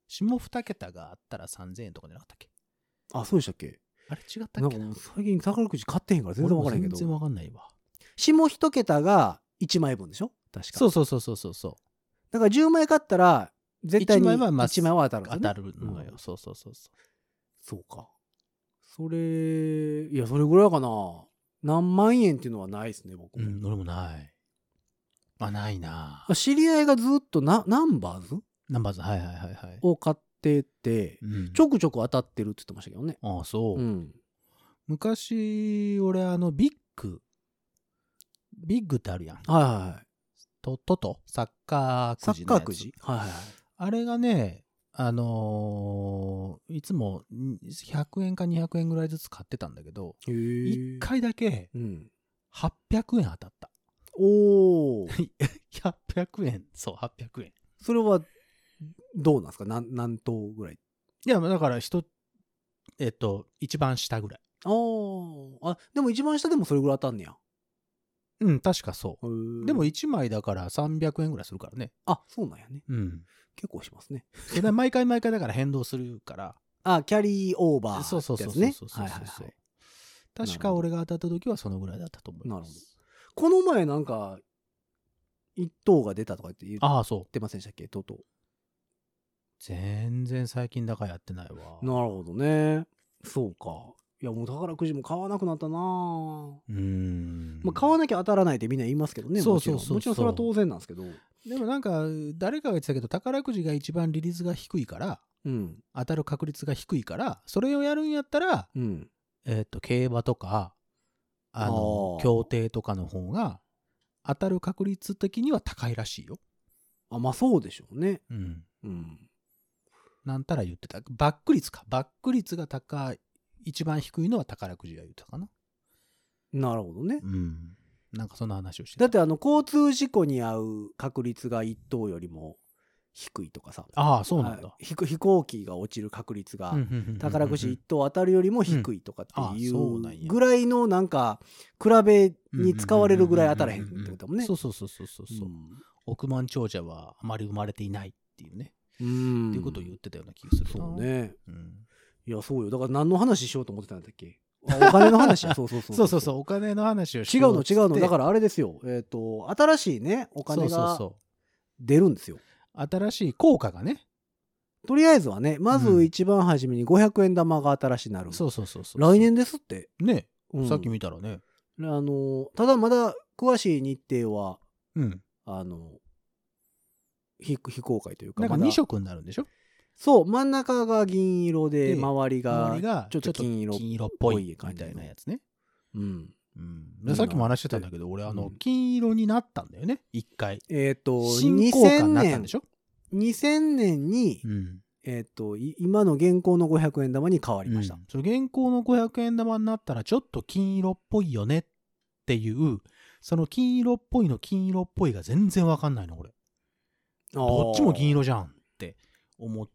Speaker 3: 下2桁があったら3000円とかじゃなかったっけ
Speaker 2: あ、そうでしたっけ
Speaker 3: あれ違った
Speaker 2: な
Speaker 3: っ
Speaker 2: ん
Speaker 3: け
Speaker 2: か
Speaker 3: な
Speaker 2: もう最近宝くじ買ってへんから全然わからへんけ
Speaker 3: 俺も全然
Speaker 2: ど。
Speaker 3: わかんないわ。
Speaker 2: 下一桁が1枚分でしょ確か。
Speaker 3: そうそうそうそうそうそう。
Speaker 2: だから10枚買ったら、絶対に
Speaker 3: 一枚はまあ
Speaker 2: 1枚は当たるんだ
Speaker 3: 当
Speaker 2: ね、
Speaker 3: たるの
Speaker 2: う
Speaker 3: よ。
Speaker 2: ん
Speaker 3: そうそうそうそ
Speaker 2: そうか。それ、いや、それぐらいかな。何万円っていうのはないですね、僕
Speaker 3: う。う
Speaker 2: も。
Speaker 3: ん、俺もない。あ、ないな。
Speaker 2: 知り合いがずっとなナンバーズ
Speaker 3: ナンバーズ、はいはいはいはい。
Speaker 2: を買ってて、
Speaker 3: うん
Speaker 2: ちょくちょく当たってるって言ってましたけどね。
Speaker 3: ああ、そう。
Speaker 2: うん。
Speaker 3: 昔、俺、あの、ビッグ、ビッグってあるやん。
Speaker 2: はいはいはい。
Speaker 3: トトトサッカー
Speaker 2: サ
Speaker 3: くじ
Speaker 2: ッカ
Speaker 3: の
Speaker 2: ー
Speaker 3: やつ
Speaker 2: くじはいはいはい。
Speaker 3: あれがね、あのーいつもん100円か200円ぐらいずつ買ってたんだけど、
Speaker 2: へ
Speaker 3: 1
Speaker 2: ー。
Speaker 3: 回だけ
Speaker 2: うん。
Speaker 3: 800円当たった。
Speaker 2: おー。
Speaker 3: 800円そう、800円。
Speaker 2: それは、どうなんですか何、何等ぐらい
Speaker 3: いや、だから人、えっと、一番下ぐらい。
Speaker 2: あーあ、でも一番下でもそれぐらい当たんねや。
Speaker 3: うん、確かそ
Speaker 2: へー
Speaker 3: う。でも、1枚だから300円ぐらいするからね。
Speaker 2: あ、そうなんやね。
Speaker 3: うん。
Speaker 2: 結構しますね。
Speaker 3: それで毎回毎回だから変動するから。
Speaker 2: あ、キャリーオーバー。
Speaker 3: そうそうそうそう
Speaker 2: ね。
Speaker 3: そうそう
Speaker 2: はいはい
Speaker 3: そ
Speaker 2: は
Speaker 3: う
Speaker 2: い。
Speaker 3: 確か俺が当たった時はそのぐらいだったと思います。
Speaker 2: なるこの前なんか、一等が出たとかって言っ
Speaker 3: ああ、そう。
Speaker 2: てませんでしたっけとうとう。
Speaker 3: 全然最近だからやってないわ。
Speaker 2: なるほどね。そうか。いや、もう宝くじも買わなくなったなぁ
Speaker 3: うーん。
Speaker 2: まあ、買わなきゃ当たらないってみんな言いますけどね。
Speaker 3: そう
Speaker 2: もちろん
Speaker 3: そうそうそう
Speaker 2: もちろんそれは当然なんですけど。
Speaker 3: でもなんか、誰かが言ってたけど、宝くじが一番利率が低いから、
Speaker 2: うん。
Speaker 3: 当たる確率が低いから、それをやるんやったら、
Speaker 2: うん。
Speaker 3: えっ、と、競馬とか、あの
Speaker 2: あ、ー
Speaker 3: 競艇とかの方が、当たる確率的には高いらしいよ。
Speaker 2: あ、まあそうでしょうね。
Speaker 3: うん。
Speaker 2: うん。
Speaker 3: なんたら言ってた。バック率か。バック率が高い。一番低いのは宝くじが言ってたかな。
Speaker 2: なるほどね。
Speaker 3: うん。なんかそんな話をしてた。
Speaker 2: だってあの、交通事故に遭う確率が一等よりも低いとかさ。
Speaker 3: ああ、そうなんだ
Speaker 2: あ。飛行飛行機が落ちる確率が宝くじ1
Speaker 3: 行
Speaker 2: 等当たるよりも低いとかってい
Speaker 3: うんあそうなん
Speaker 2: う
Speaker 3: や
Speaker 2: ぐらいのなんか比べに使われるぐらい当たらへんってことだもんね。
Speaker 3: そうそうそうそうそう。
Speaker 2: う
Speaker 3: うん億万長者はあまり生まれていないっていうね。
Speaker 2: うん
Speaker 3: っていうことを言ってたような気がするな。
Speaker 2: そうね。
Speaker 3: うん。
Speaker 2: いやそうよだから何の話しようと思ってたんだっけあお金の話や そうそうそう
Speaker 3: そうそうそう。お金の話
Speaker 2: 違
Speaker 3: を
Speaker 2: うの違うのだかららあれですよえっ、と新しいねお
Speaker 3: お金
Speaker 2: 金
Speaker 3: が。そうそう
Speaker 2: が
Speaker 3: そ
Speaker 2: 出るんですよ
Speaker 3: う。新しい効果がね。
Speaker 2: とりあえずはねま
Speaker 3: う
Speaker 2: ず
Speaker 3: ん
Speaker 2: 一番初めに500円玉が新しいなる、
Speaker 3: そうそうそうそう。
Speaker 2: 来年ですって、
Speaker 3: ね、
Speaker 2: うん
Speaker 3: さっき見たらね。
Speaker 2: あのただまだ詳しい日程は
Speaker 3: うん。
Speaker 2: あの非非公開というか
Speaker 3: なんか
Speaker 2: まだ
Speaker 3: 2色になるんでしょ
Speaker 2: そう真ん中が銀色で
Speaker 3: で
Speaker 2: 周りが
Speaker 3: 周りが
Speaker 2: ちょっと金色
Speaker 3: 金色っぽいみ
Speaker 2: っぽい感じ
Speaker 3: た
Speaker 2: の
Speaker 3: いなやつね。
Speaker 2: うん、
Speaker 3: うん
Speaker 2: う
Speaker 3: で。
Speaker 2: ん
Speaker 3: さっきも話してたんだけど、俺、あ
Speaker 2: う
Speaker 3: の
Speaker 2: ん、
Speaker 3: 金色になったんだよね。一回。
Speaker 2: えっ、と
Speaker 3: 新効果
Speaker 2: 2000
Speaker 3: になったん
Speaker 2: 年
Speaker 3: でしょ
Speaker 2: 2000年に、
Speaker 3: うん。
Speaker 2: えっ、とい今の現行の500円玉に変わりました、
Speaker 3: うんそれ現行の500円玉になったらちょっと金色っぽいよねっていうその金色っぽいの金色っぽいが全然わかんないの俺
Speaker 2: あー
Speaker 3: どっちも銀色じゃんって思っ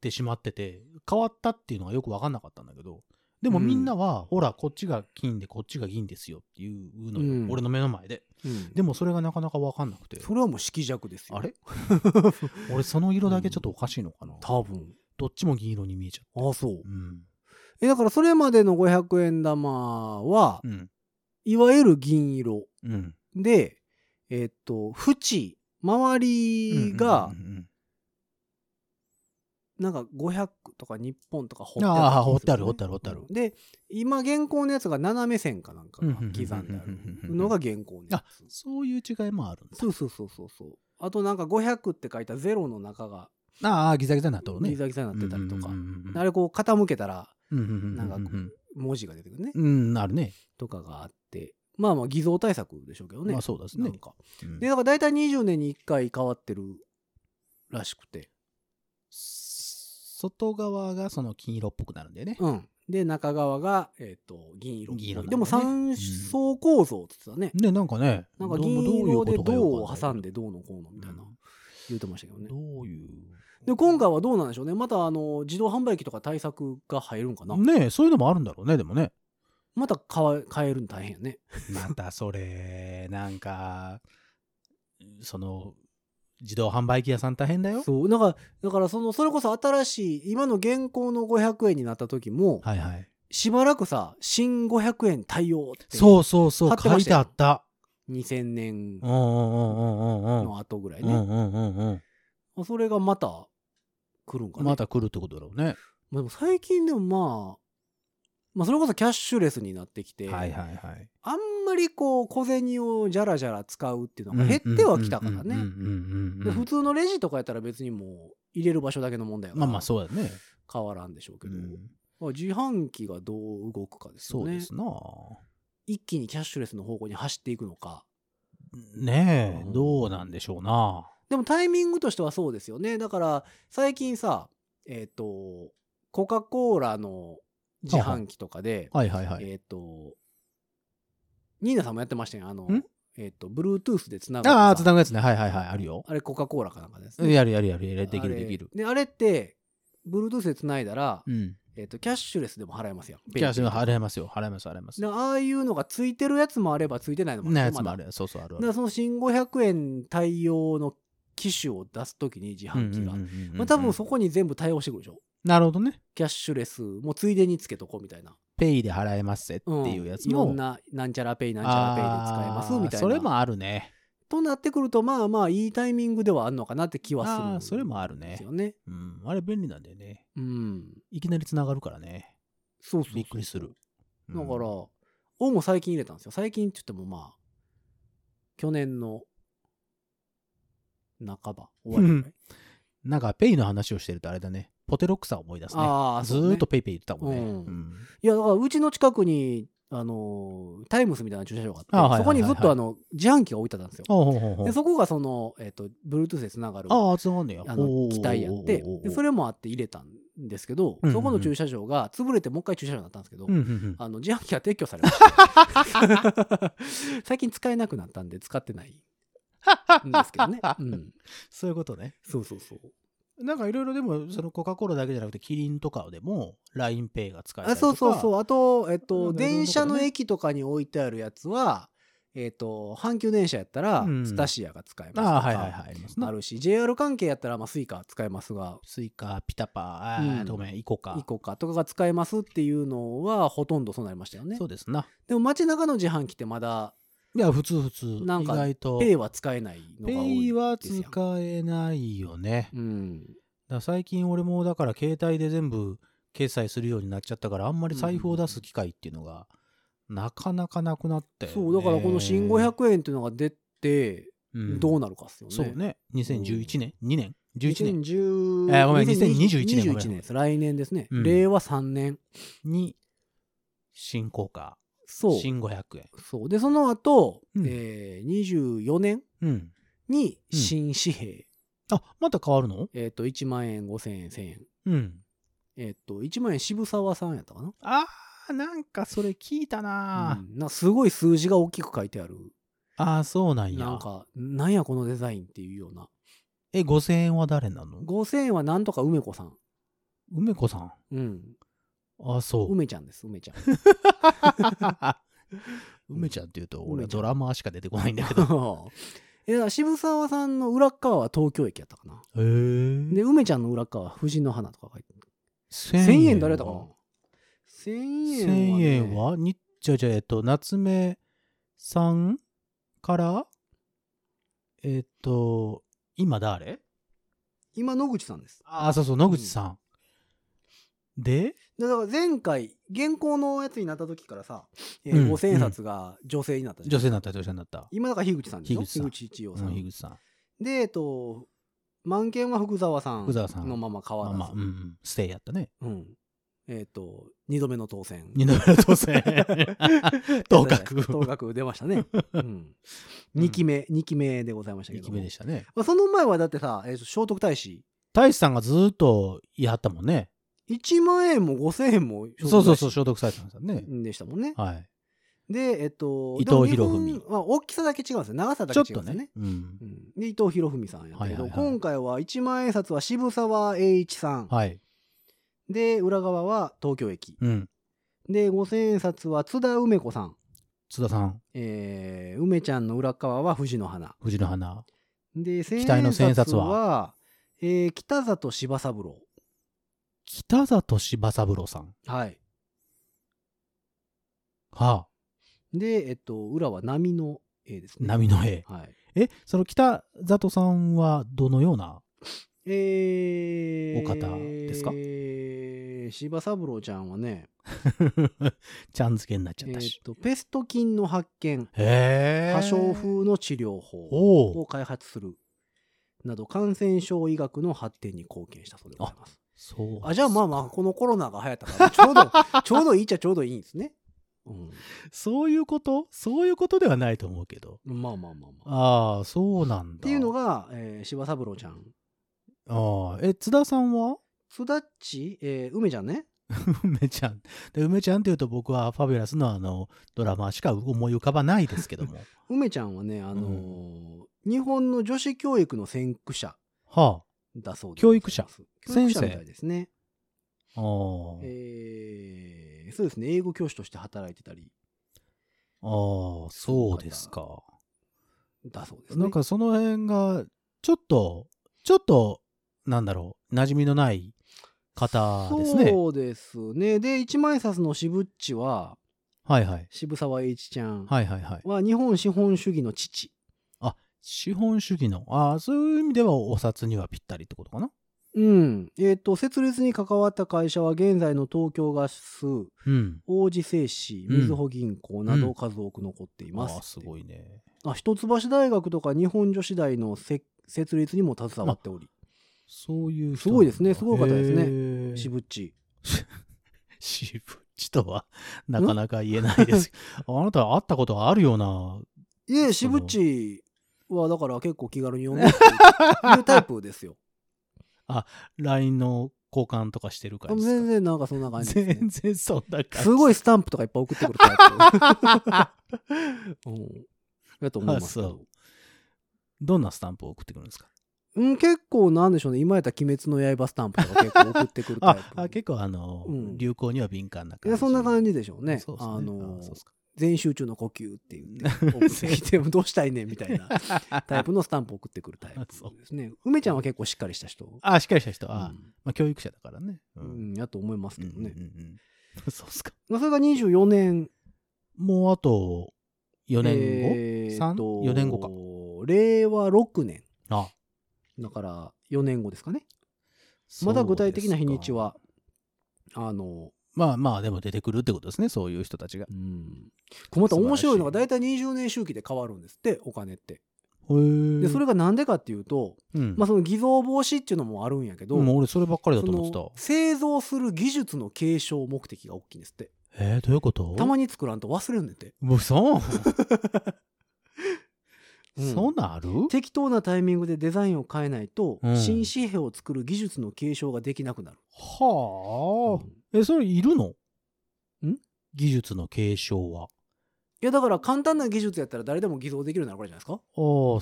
Speaker 3: てしまってて、変わったっていうのがよく分かんなかったんだけど、でもみんなは、ほら、こっちが金でこっちが銀ですよっていうのよ、
Speaker 2: うん
Speaker 3: 俺の目の前で。
Speaker 2: うん
Speaker 3: でもそれがなかなか分かんなくて、
Speaker 2: それはもう色弱ですよ
Speaker 3: あれ 俺その色だけちょっとおかしいのかな。
Speaker 2: 多分
Speaker 3: どっちも銀色に見えちゃ
Speaker 2: ああそう
Speaker 3: う。うん。
Speaker 2: えだからそれまでの500円玉は、
Speaker 3: うん。
Speaker 2: いわゆる銀色
Speaker 3: うん。
Speaker 2: でえっと縁周りが
Speaker 3: うんうんうんうん
Speaker 2: なんか500とか日本とか掘
Speaker 3: ああ、掘ってある、
Speaker 2: よ
Speaker 3: 掘
Speaker 2: ね
Speaker 3: ってある、掘ってある。
Speaker 2: で今現行のやつが斜め線かなんかが刻んであるのが現行のやつ
Speaker 3: そういう違いもあるんだ。
Speaker 2: そうそうそうそうそうあとなんか500って書いたゼロの中が
Speaker 3: ああ、ギザギザになっとるね。
Speaker 2: ギザギザになってたりとか、
Speaker 3: うんうんうんうん
Speaker 2: あれこう傾けたら
Speaker 3: うんうんうんうんうん
Speaker 2: なんかこ文字が出てくるね、
Speaker 3: うん、あるね。
Speaker 2: とかがあってまあまあ偽造対策でしょうけどね、
Speaker 3: まあそうですね
Speaker 2: なんか
Speaker 3: うん
Speaker 2: でだから大体20年に1回変わってるらしくて
Speaker 3: 外側がその金色っぽくなるんだよね。
Speaker 2: うんで中側が、えっと銀色っぽい
Speaker 3: 銀色なんだね
Speaker 2: でも三層構造って言ってたね、
Speaker 3: ね、なんかね、
Speaker 2: なんか銀色で銅を挟んでどうのこうのみたいな言ってましたけどね、
Speaker 3: どういう。
Speaker 2: で今回はどうなんでしょうねまたあの自動販売機とか対策が入るんかな、
Speaker 3: ねそういうのもあるんだろうね、でも ね。
Speaker 2: また変え変えるの大変やね
Speaker 3: またそれ、なんか、その、自動販売機屋さん大変だよ。
Speaker 2: そうだからだからそのそれこそ新しい今の現行の500円になった時も、
Speaker 3: はいはい。
Speaker 2: しばらくさ新500円対応って
Speaker 3: そうそうそ
Speaker 2: 貼
Speaker 3: う、
Speaker 2: って
Speaker 3: 書
Speaker 2: ま
Speaker 3: い
Speaker 2: してたよ
Speaker 3: あった。
Speaker 2: 2000年
Speaker 3: うんうんうんうんうんうん。
Speaker 2: の後ぐらいね、
Speaker 3: うんうんうんうん。
Speaker 2: まあそれがまた来るんかな、
Speaker 3: また来るってことだろうね。
Speaker 2: まあでも最近でもまあまあそれこそキャッシュレスになってきて、
Speaker 3: はいはいはい。
Speaker 2: あんまりこう小銭をじゃらじゃら使うっていうのが減ってはきたから
Speaker 3: うんうん
Speaker 2: ね
Speaker 3: うんうんうん
Speaker 2: で普通のレジとかやったら別にもう入れる場所だけの問題は
Speaker 3: まあまあそうだね。
Speaker 2: 変わらんでしょうけど、
Speaker 3: うん
Speaker 2: まあ自販機がどう動くかです
Speaker 3: そ
Speaker 2: よ
Speaker 3: うで
Speaker 2: ね
Speaker 3: すな。
Speaker 2: 一気にキャッシュレスの方向に走っていくのか
Speaker 3: ねえ、
Speaker 2: うん
Speaker 3: どうなんでしょうな。
Speaker 2: でもタイミングとしてはそうですよねだから最近さえっ、とコカ・コーラの自販機とかで、
Speaker 3: はいはいはい。
Speaker 2: えっ、とニーナさんもやってましたよあの
Speaker 3: ん
Speaker 2: えっ、と Bluetooth でつながる
Speaker 3: ああ、つ
Speaker 2: さ
Speaker 3: なぐやつね。はいはいはい、あるよ。
Speaker 2: あれコカ・コーラかなんかですね
Speaker 3: やるやるやるやる。でき
Speaker 2: あ
Speaker 3: る
Speaker 2: れ
Speaker 3: できる。
Speaker 2: であれって Bluetooth でつないだら、
Speaker 3: うん。
Speaker 2: えっとキャッシュレスでも払えますよ
Speaker 3: キャッシュの
Speaker 2: 払
Speaker 3: 払えますよ。払えます払えます。
Speaker 2: ああいうのがついてるやつもあればついてないのも
Speaker 3: な
Speaker 2: る
Speaker 3: やつもあ
Speaker 2: まだ
Speaker 3: る。そうそうある
Speaker 2: だか。らその新500円対応の機種を出すときに自販機が、まあ、多分そ
Speaker 3: こ。
Speaker 2: こに全部対応してくるでしょ
Speaker 3: なるほどね。
Speaker 2: キャッシュレスもついでにつけとこうみたいな、
Speaker 3: ペイで払えますぜって
Speaker 2: うん
Speaker 3: いうやつ
Speaker 2: い
Speaker 3: も。
Speaker 2: ろんななんちゃらペイなんちゃらペイで使えますみたいな
Speaker 3: あーそれもあるね。
Speaker 2: となってくるとまあまあいいタイミングではあるのかなって気はする
Speaker 3: ああー、それもある
Speaker 2: で
Speaker 3: ね
Speaker 2: す。よね
Speaker 3: うん。あれ便利なんだよね。
Speaker 2: うん
Speaker 3: いきなりつながるからね。
Speaker 2: そうそうそう
Speaker 3: びっくりする。
Speaker 2: だから、
Speaker 3: うん
Speaker 2: オウも最近入れたんですよ。最近って言ってもまあ、去年の半ば、終わりぐらい。
Speaker 3: なんか、ペイの話をしてるとあれだね。ポテロックさを思い出すね。
Speaker 2: ああ、
Speaker 3: ず
Speaker 2: そうね
Speaker 3: ーっと。ペイペイ言ってたもんね。
Speaker 2: う
Speaker 3: うんん
Speaker 2: いや、だからうちの近くに、あのータイムスみたいな駐車場があって、
Speaker 3: あはいはい
Speaker 2: そこにずっと
Speaker 3: はい
Speaker 2: あの、自販機が置いてあったんですよ。
Speaker 3: ほうほうほうほう
Speaker 2: で、そこがその、えっ、と、Bluetooth でつながる、
Speaker 3: ああ、つながんねや。
Speaker 2: あの、機体やって、でそ
Speaker 3: れ、
Speaker 2: れもあって入れたんですけど
Speaker 3: うんうんう、ん
Speaker 2: そこの駐車場が潰れてもう一回駐車場になったんですけど
Speaker 3: うん、うんうん
Speaker 2: あの、自販機が撤去されま した。最近使えなくなったんで使ってないんですけど ね。うん。
Speaker 3: そういうことね。
Speaker 2: そうそうそう。
Speaker 3: なんかいろいろでも、そのコカ・コーラだけじゃなくて、キリンとかでも、LINEPay が使えた
Speaker 2: あ
Speaker 3: りとか。
Speaker 2: そうそうそうう。あと、えっ
Speaker 3: な
Speaker 2: と、
Speaker 3: んかいろんなとこね
Speaker 2: 電車の駅とかに置いてあるやつは、えっと、阪急電車やったら
Speaker 3: う、ん
Speaker 2: スタシアが使えますと
Speaker 3: ああ、はいはい
Speaker 2: か、
Speaker 3: はい。あります
Speaker 2: あ
Speaker 3: な。
Speaker 2: るし、JR 関係やったら、まあ、スイカ使えますが、
Speaker 3: スイカ、ピタパー、あ
Speaker 2: う
Speaker 3: あ
Speaker 2: ん
Speaker 3: ごめん、イコカ
Speaker 2: イ。コカとかが使えますっていうのは、ほとんどそうなりましたよね
Speaker 3: そ。うですな。
Speaker 2: でも、街中の自販機ってまだ、
Speaker 3: いや、普通普通。意
Speaker 2: なんか
Speaker 3: 外と。
Speaker 2: ペイは使えないの
Speaker 3: ペ
Speaker 2: が多
Speaker 3: イ
Speaker 2: い
Speaker 3: は
Speaker 2: です
Speaker 3: 使
Speaker 2: やん。
Speaker 3: えないよね。
Speaker 2: うん。
Speaker 3: だから最近俺もだから携帯で全部決済するようになっちゃったからあんまり財布を出す機会っていうのがなかなかなくなって、
Speaker 2: そうだからこの新500円っていうのが出てどう
Speaker 3: な
Speaker 2: なるかっすよね。
Speaker 3: そうね2011年、2年11年
Speaker 2: 2010
Speaker 3: えーごめん
Speaker 2: 2021
Speaker 3: 2021年ごめん
Speaker 2: 2021年です来年ですね、
Speaker 3: うん
Speaker 2: 令和3年
Speaker 3: に新硬貨
Speaker 2: そう
Speaker 3: 新500円
Speaker 2: そうでその後、
Speaker 3: うん
Speaker 2: えー、24年
Speaker 3: うん
Speaker 2: に新紙幣、
Speaker 3: あまた変わるの
Speaker 2: えっ、と1万円5000円1000円
Speaker 3: うん
Speaker 2: えっ、と1万円渋沢さんやったかな
Speaker 3: あーなんかそれ聞いたな
Speaker 2: うんなすごい数字が大きく書いてある
Speaker 3: あーそうなんや
Speaker 2: なんかなんやこのデザインっていうような
Speaker 3: え、5000円は誰なの
Speaker 2: 5000円はなんとか梅子さん。
Speaker 3: 梅子さん。
Speaker 2: うん。
Speaker 3: あ、そう。
Speaker 2: 梅ちゃんです、 梅ちゃん。
Speaker 3: 梅ちゃんっていうと、
Speaker 2: 梅
Speaker 3: 俺
Speaker 2: ちゃん
Speaker 3: ドラマーしか出てこないん だけど。
Speaker 2: え、だから渋沢さんの裏っ側は東京駅やったかな。
Speaker 3: へえ。
Speaker 2: で、梅ちゃんの裏っ側は藤の花とか書いて
Speaker 3: 1000
Speaker 2: 1000円誰だかな
Speaker 3: は
Speaker 2: ?1000 円は、ね。
Speaker 3: 1000円はにじゃあじゃあえっと、夏目さんから、えっと、今誰
Speaker 2: 今野口さんです。
Speaker 3: あ、そうそう、野口さん。で、
Speaker 2: でだから前回、現行のやつになった時からさ、えー
Speaker 3: うん
Speaker 2: 5000円札が女性になったじゃん。
Speaker 3: 女性になった、女性になった。
Speaker 2: 今だから樋口さんでしょ
Speaker 3: 樋口さん
Speaker 2: 樋口一葉
Speaker 3: う
Speaker 2: さん。
Speaker 3: ん、樋口さん。
Speaker 2: で、えっと、満見は福沢さん
Speaker 3: 福沢さん
Speaker 2: のまま変わ
Speaker 3: まあ
Speaker 2: らず。
Speaker 3: まあ、うんうん、ステイやったね。
Speaker 2: うん。えっと、二度目の当選。
Speaker 3: 二度目の当選 当確
Speaker 2: 当確出ました ね。うん。2期目、二期目でございましたけ
Speaker 3: 2
Speaker 2: ど
Speaker 3: 期
Speaker 2: も。
Speaker 3: 目でしたね。
Speaker 2: まあ、その前はだってさ、えーと聖徳太子、
Speaker 3: 大志さんがずーっとやったもんね。
Speaker 2: 1万円も5000円も聖
Speaker 3: そ
Speaker 2: 徳
Speaker 3: うそう
Speaker 2: 太
Speaker 3: そう、
Speaker 2: 子
Speaker 3: 消毒されてましたね。
Speaker 2: でしたもんね。
Speaker 3: はい。
Speaker 2: で、えっと、
Speaker 3: 伊藤
Speaker 2: でも
Speaker 3: 博文
Speaker 2: 日本は大きさだけ違うんですよ。長さだ
Speaker 3: ち
Speaker 2: け
Speaker 3: ょ
Speaker 2: 違う
Speaker 3: っと
Speaker 2: んですよね
Speaker 3: ね。。うん
Speaker 2: う。んで伊藤博文さんやったけど、
Speaker 3: はいはいはい
Speaker 2: 今回は一万円札は渋沢栄一さん、
Speaker 3: はい。
Speaker 2: で裏側は東京駅
Speaker 3: うん。
Speaker 2: で五千円札は津田梅子さん、
Speaker 3: 津田さん、
Speaker 2: えー梅ちゃんの裏側は藤の花
Speaker 3: 藤の花。
Speaker 2: で千円札は
Speaker 3: 待の千円札は
Speaker 2: えー北里柴三郎
Speaker 3: 北里柴三郎さん。
Speaker 2: はい
Speaker 3: はあ、
Speaker 2: でえっと裏は波の絵ですね
Speaker 3: 波の絵。
Speaker 2: はい
Speaker 3: え、その北里さんはどのような
Speaker 2: えー、
Speaker 3: お方ですか
Speaker 2: えー柴三郎ちゃんはね、
Speaker 3: ちゃん付けになっちゃ
Speaker 2: え
Speaker 3: った
Speaker 2: ー
Speaker 3: し
Speaker 2: っ。とペスト菌の発見
Speaker 3: へえ。
Speaker 2: 破傷風の治療法
Speaker 3: お
Speaker 2: を
Speaker 3: お。
Speaker 2: 開発するなど感染症医学の発展に貢献したそうでございます。
Speaker 3: そう。
Speaker 2: あじゃあまあまあこのコロナが流行ったからちょう どちょうどいいっちゃちょうどいいんですね。うん、
Speaker 3: そういうことそういうことではないと思うけど。
Speaker 2: まあまあまあまあ。っ
Speaker 3: ああ、そうなんだ。って
Speaker 2: いうのが、えー、柴三郎ちゃん。
Speaker 3: ああ、え、津田さんは
Speaker 2: すだっち、えー梅ちゃんね。
Speaker 3: 梅ちゃん。で、梅ちゃんっていうと僕はファビュラスのあの、ドラマしか思い浮かばないです けども。
Speaker 2: 梅ちゃんはね、あのー日本の女子教育の先駆者
Speaker 3: は
Speaker 2: だそうで
Speaker 3: 教育者
Speaker 2: ございます教育者
Speaker 3: 先生
Speaker 2: みたいですね。
Speaker 3: あ。ああ。
Speaker 2: えーそうですね、英語教師として働いてたり
Speaker 3: ああ、そうですか。
Speaker 2: だそうですね。
Speaker 3: なんかその辺が、ちょっと、ちょっと、なんだろう、馴染みのない方ですね。
Speaker 2: そうですね。で、一万円札の渋っちは、
Speaker 3: はいはい。
Speaker 2: 渋沢栄一ちゃん
Speaker 3: はいはいはい。
Speaker 2: は日本資本主義の父。
Speaker 3: 資本主義の、ああ、そういう意味ではお札にはぴったりってことかな。
Speaker 2: うん。えっ、と、設立に関わった会社は現在の東京ガス、
Speaker 3: うん。
Speaker 2: 王子製紙、
Speaker 3: うん
Speaker 2: みずほ銀行など数多く残ってい
Speaker 3: あ
Speaker 2: ます。
Speaker 3: あ、すごいね。
Speaker 2: あ、一橋大学とか日本女子大のせ設立にも携わっており、
Speaker 3: そういう人
Speaker 2: すごいですねすごい方ですね
Speaker 3: ね
Speaker 2: 渋っち。
Speaker 3: 渋ちとはなかなか言えないです。あなた会ったことあるような。
Speaker 2: いえ、
Speaker 3: そ
Speaker 2: 渋
Speaker 3: の
Speaker 2: っちはだから結構気軽に読んでっていういうタイプです よ。
Speaker 3: LINE の交換とかしてるからですか
Speaker 2: 全然なんかそんな感じです、ね。
Speaker 3: 全然そんな感じ。
Speaker 2: すごいスタンプとかいっぱい送ってくるタイプ。 うんだと思いますけ
Speaker 3: あ
Speaker 2: ど
Speaker 3: そどんなスタンプを送ってくるんですか
Speaker 2: うん、結構なんでしょうね。今やったら鬼滅の刃スタンプとか結構送ってくるタイ
Speaker 3: あ
Speaker 2: プ。
Speaker 3: あ結構あの、
Speaker 2: うん
Speaker 3: 流行には敏感ない感
Speaker 2: や
Speaker 3: じ。
Speaker 2: そんな感
Speaker 3: じ
Speaker 2: じでしょうね。
Speaker 3: そうですね。
Speaker 2: あの
Speaker 3: あそうっすか
Speaker 2: 全集中の呼吸って言って送ってき て、どうしたいねんみたいなタイプのスタンプ送ってくるタイプ
Speaker 3: あそう
Speaker 2: ですね。梅ちゃんは結構しっかりした人。
Speaker 3: あしっかりした人
Speaker 2: う
Speaker 3: は、
Speaker 2: ん
Speaker 3: まあ、教育者だからね。う
Speaker 2: うんん、やと思いますけどね
Speaker 3: うん。うんうんそうっすか。
Speaker 2: まあそれが24年。
Speaker 3: もうあと4年後、
Speaker 2: えーっと
Speaker 3: 三四年後か。
Speaker 2: 令和6年。
Speaker 3: あ
Speaker 2: だから4年後ですかね。まだ具体的な日にちは、あの、
Speaker 3: まあまあでも出てくるってことですねそういう人たちが。へ
Speaker 2: うん。これまた面白いのが
Speaker 3: 素晴ら
Speaker 2: 大体20年周期で変わるんですって、お金って。
Speaker 3: え
Speaker 2: で、それがなんでかっていうと、
Speaker 3: うん
Speaker 2: まあその偽造防止っていうのもあるんやけど、
Speaker 3: もう俺そればっかりだ
Speaker 2: そ
Speaker 3: と思って
Speaker 2: の製造する技術の継承目的が大きいんですって。
Speaker 3: た。えー、どういうこと
Speaker 2: たまに作らんと忘れるねんて。
Speaker 3: もうそ
Speaker 2: う
Speaker 3: うんそうなる
Speaker 2: 適当なタイミングでデザインを変えないと、
Speaker 3: うん
Speaker 2: 新紙幣を作る技術の継承ができなくなる。
Speaker 3: は
Speaker 2: うん
Speaker 3: あ。え、それいるの
Speaker 2: ん
Speaker 3: 技術の継承は。
Speaker 2: いやだから簡単な技術やったら誰でも偽造できるならこれじゃないですか
Speaker 3: ああ、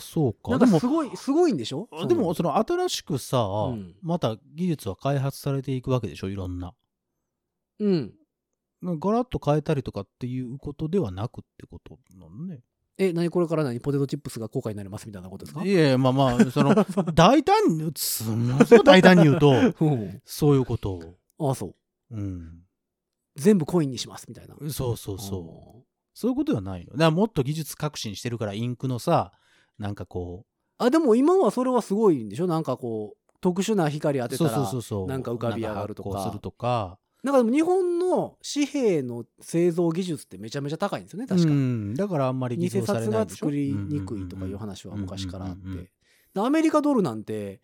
Speaker 3: そうか。
Speaker 2: なんかすごいすごいんでしょ
Speaker 3: でも、その新しくさ、
Speaker 2: うん
Speaker 3: また技術は開発されていくわけでしょ、いろんな。
Speaker 2: そのうん
Speaker 3: ガラッと変えたりとかっていうことではなくってことなのね。
Speaker 2: え何これから何ポテトチップスが高価になりますみたいなことですか
Speaker 3: いやいや、まあまあ、その、 大胆に、すんごい大胆に言うと、
Speaker 2: うん
Speaker 3: そういうことを。
Speaker 2: ああそう
Speaker 3: うん。
Speaker 2: 全部コインにしますみたいな
Speaker 3: そうそうそう。そういうことではないよ。だからもっと技術革新してるから、インクのさ、なんかこ
Speaker 2: うんあでも今はそれはすごいんでしょなんかこう特殊な光当
Speaker 3: う、
Speaker 2: てた
Speaker 3: そう
Speaker 2: ら
Speaker 3: そうそうそう。
Speaker 2: なんか浮かび上がるとか
Speaker 3: なん発光するとか。
Speaker 2: なんかでも日本の紙幣の製造技術ってめちゃめちゃ高いんですよね確か、
Speaker 3: うん、だからあんまり
Speaker 2: 偽
Speaker 3: 偽造され
Speaker 2: 札
Speaker 3: ない
Speaker 2: が
Speaker 3: でしょ
Speaker 2: 作りにくいとかいう話は昔からあっ
Speaker 3: うんうんうんうん
Speaker 2: てでアメリカドルなんて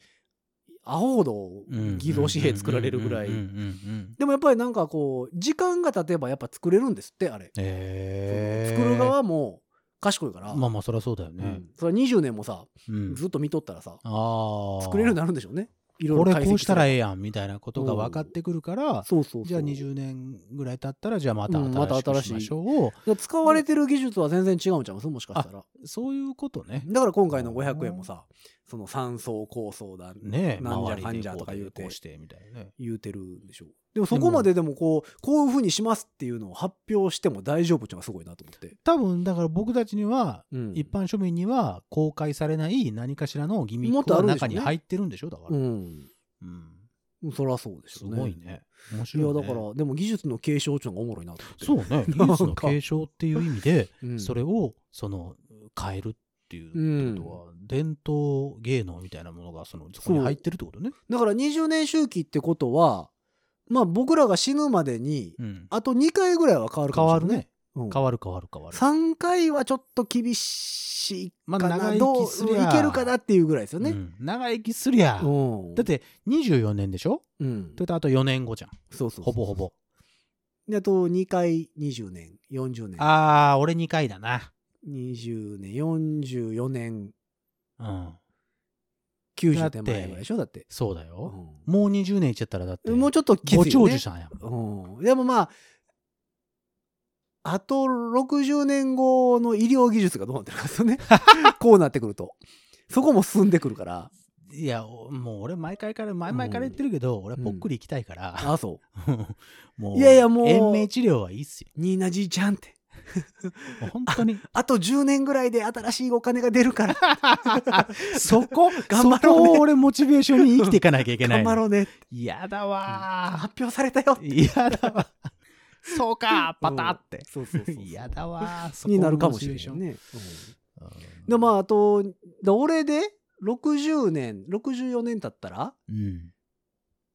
Speaker 2: アホほど偽造紙幣作られるぐらい
Speaker 3: うんうんうんうんうん
Speaker 2: でもやっぱりなんかこう時間が経てばやっぱ作れるんですってあれ、
Speaker 3: えー
Speaker 2: 作る側も賢いから、
Speaker 3: まあまあそりゃそうだよ
Speaker 2: う
Speaker 3: ね
Speaker 2: ん、それは20年もさ
Speaker 3: うん
Speaker 2: ずっと見とったらさ
Speaker 3: ああ
Speaker 2: 作れるようになるんでしょうねいろい
Speaker 3: こ
Speaker 2: ろ
Speaker 3: れ
Speaker 2: 解析
Speaker 3: こうしたら
Speaker 2: え
Speaker 3: ええやんみたいなことが分かってくるから
Speaker 2: そうそうそう
Speaker 3: じゃあ20年ぐらい経ったらじゃあまた
Speaker 2: うんまた
Speaker 3: 新し
Speaker 2: 新
Speaker 3: く
Speaker 2: しい
Speaker 3: しましょうを
Speaker 2: だから使われてる技術は全然違うんちゃいますもしかしたら
Speaker 3: そういうことね
Speaker 2: だから今回の500円もさその三層構想だ
Speaker 3: ねえ
Speaker 2: なんじゃ
Speaker 3: 周りで
Speaker 2: かんじゃとか言うて
Speaker 3: ここしてみたいなね
Speaker 2: 言うてるんでしょうでもそこまででもこうこういうふうにしますっていうのを発表しても大丈夫っていうのがすごいなと思って、
Speaker 3: 多分だから僕たちには
Speaker 2: うん
Speaker 3: 一般庶民には公開されない何かしらのギミ
Speaker 2: も
Speaker 3: ッ
Speaker 2: っと
Speaker 3: ク
Speaker 2: あ
Speaker 3: が
Speaker 2: るんでしょ
Speaker 3: 中
Speaker 2: うね
Speaker 3: に入ってるんでしょだから、
Speaker 2: うん
Speaker 3: うん
Speaker 2: そりゃそうでし
Speaker 3: す
Speaker 2: ょう
Speaker 3: ごいね面
Speaker 2: い
Speaker 3: 白い、
Speaker 2: や
Speaker 3: ね、
Speaker 2: だからでも技術の継承っていうのがおもろいなと思って
Speaker 3: そう ね技術の継承っていう意味で
Speaker 2: う、ん、
Speaker 3: それをその変えるっていうことは、伝統芸能みたいなものがそのそこに入ってるってことね。
Speaker 2: だから20年周期ってことはまあ僕らが死ぬまでに
Speaker 3: うん
Speaker 2: あと2回ぐらいは変わるかも
Speaker 3: 変
Speaker 2: し
Speaker 3: わ
Speaker 2: れ
Speaker 3: る
Speaker 2: ない、
Speaker 3: ね。
Speaker 2: うん
Speaker 3: 変わる変わる変わる。
Speaker 2: 3回はちょっと厳しい
Speaker 3: まあ
Speaker 2: かな、
Speaker 3: 長
Speaker 2: ど
Speaker 3: 生
Speaker 2: う
Speaker 3: きすりゃ
Speaker 2: いけるかなっていうぐらいですよ
Speaker 3: う
Speaker 2: ね、
Speaker 3: ん長生きすりゃ、
Speaker 2: うん
Speaker 3: だって24年でしょ
Speaker 2: うん
Speaker 3: とい、うとあと4年後じゃん
Speaker 2: そうそうそう
Speaker 3: ほぼほぼ。
Speaker 2: であと2回20年40年
Speaker 3: あー俺2回だな。
Speaker 2: 20年44年
Speaker 3: うんだ
Speaker 2: 90
Speaker 3: って
Speaker 2: 手前ぐらいでしょだって
Speaker 3: そうだよ。
Speaker 2: う
Speaker 3: もう20年いっちゃったらだって
Speaker 2: んもうちょっときつい、ね、
Speaker 3: ご長寿さんやもん。
Speaker 2: うん、でもまああと60年後の医療技術がどうなってるかです よねこうなってくるとそこも進んでくるから
Speaker 3: いやおもう俺毎回から前々から言ってるけど、俺はぽっくり行きたいから、
Speaker 2: あそ
Speaker 3: も
Speaker 2: いやいやもう
Speaker 3: 延命治療はいいっすよ。
Speaker 2: うニーナじいちゃんって
Speaker 3: もう本 当に
Speaker 2: あと10年ぐらいで新しいお金が出るから
Speaker 3: そこ、
Speaker 2: 頑張ろうね
Speaker 3: そこを俺モチベーションに生きていかなきゃいけない
Speaker 2: 頑張
Speaker 3: の。
Speaker 2: ろうね
Speaker 3: 嫌だわ
Speaker 2: 発表されたよ
Speaker 3: ー。嫌だわ。そうか、パタって。
Speaker 2: そうそう そうそう
Speaker 3: 嫌だわー。そこ
Speaker 2: になるかもしれない
Speaker 3: モチベーシ
Speaker 2: ね、うん
Speaker 3: ョン。
Speaker 2: でまああとだ俺で60年64年経ったら
Speaker 3: うん。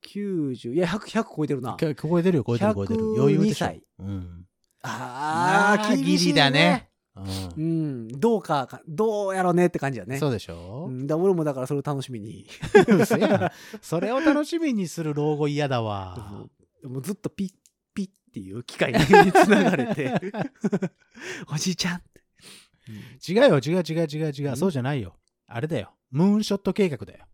Speaker 2: 90いや 100, 100超えてるな
Speaker 3: きょ超えてるよ、超えてる、超えてる。余裕で
Speaker 2: 102
Speaker 3: しょ
Speaker 2: 歳。
Speaker 3: うん。
Speaker 2: あ
Speaker 3: ま
Speaker 2: あ
Speaker 3: ギリだね。う
Speaker 2: うんんどうかかどうやろうねって感じだね
Speaker 3: そうでし
Speaker 2: う
Speaker 3: ょ
Speaker 2: んだ俺もだからそれを楽しみに
Speaker 3: 嘘やんそれを楽しみにする老後嫌だわ
Speaker 2: もうずっとピッピッっていう機械につながれ ておじいちゃんって、
Speaker 3: 違うよ違う違う違う違うそうじゃないよあれだよムーンショット計画だよ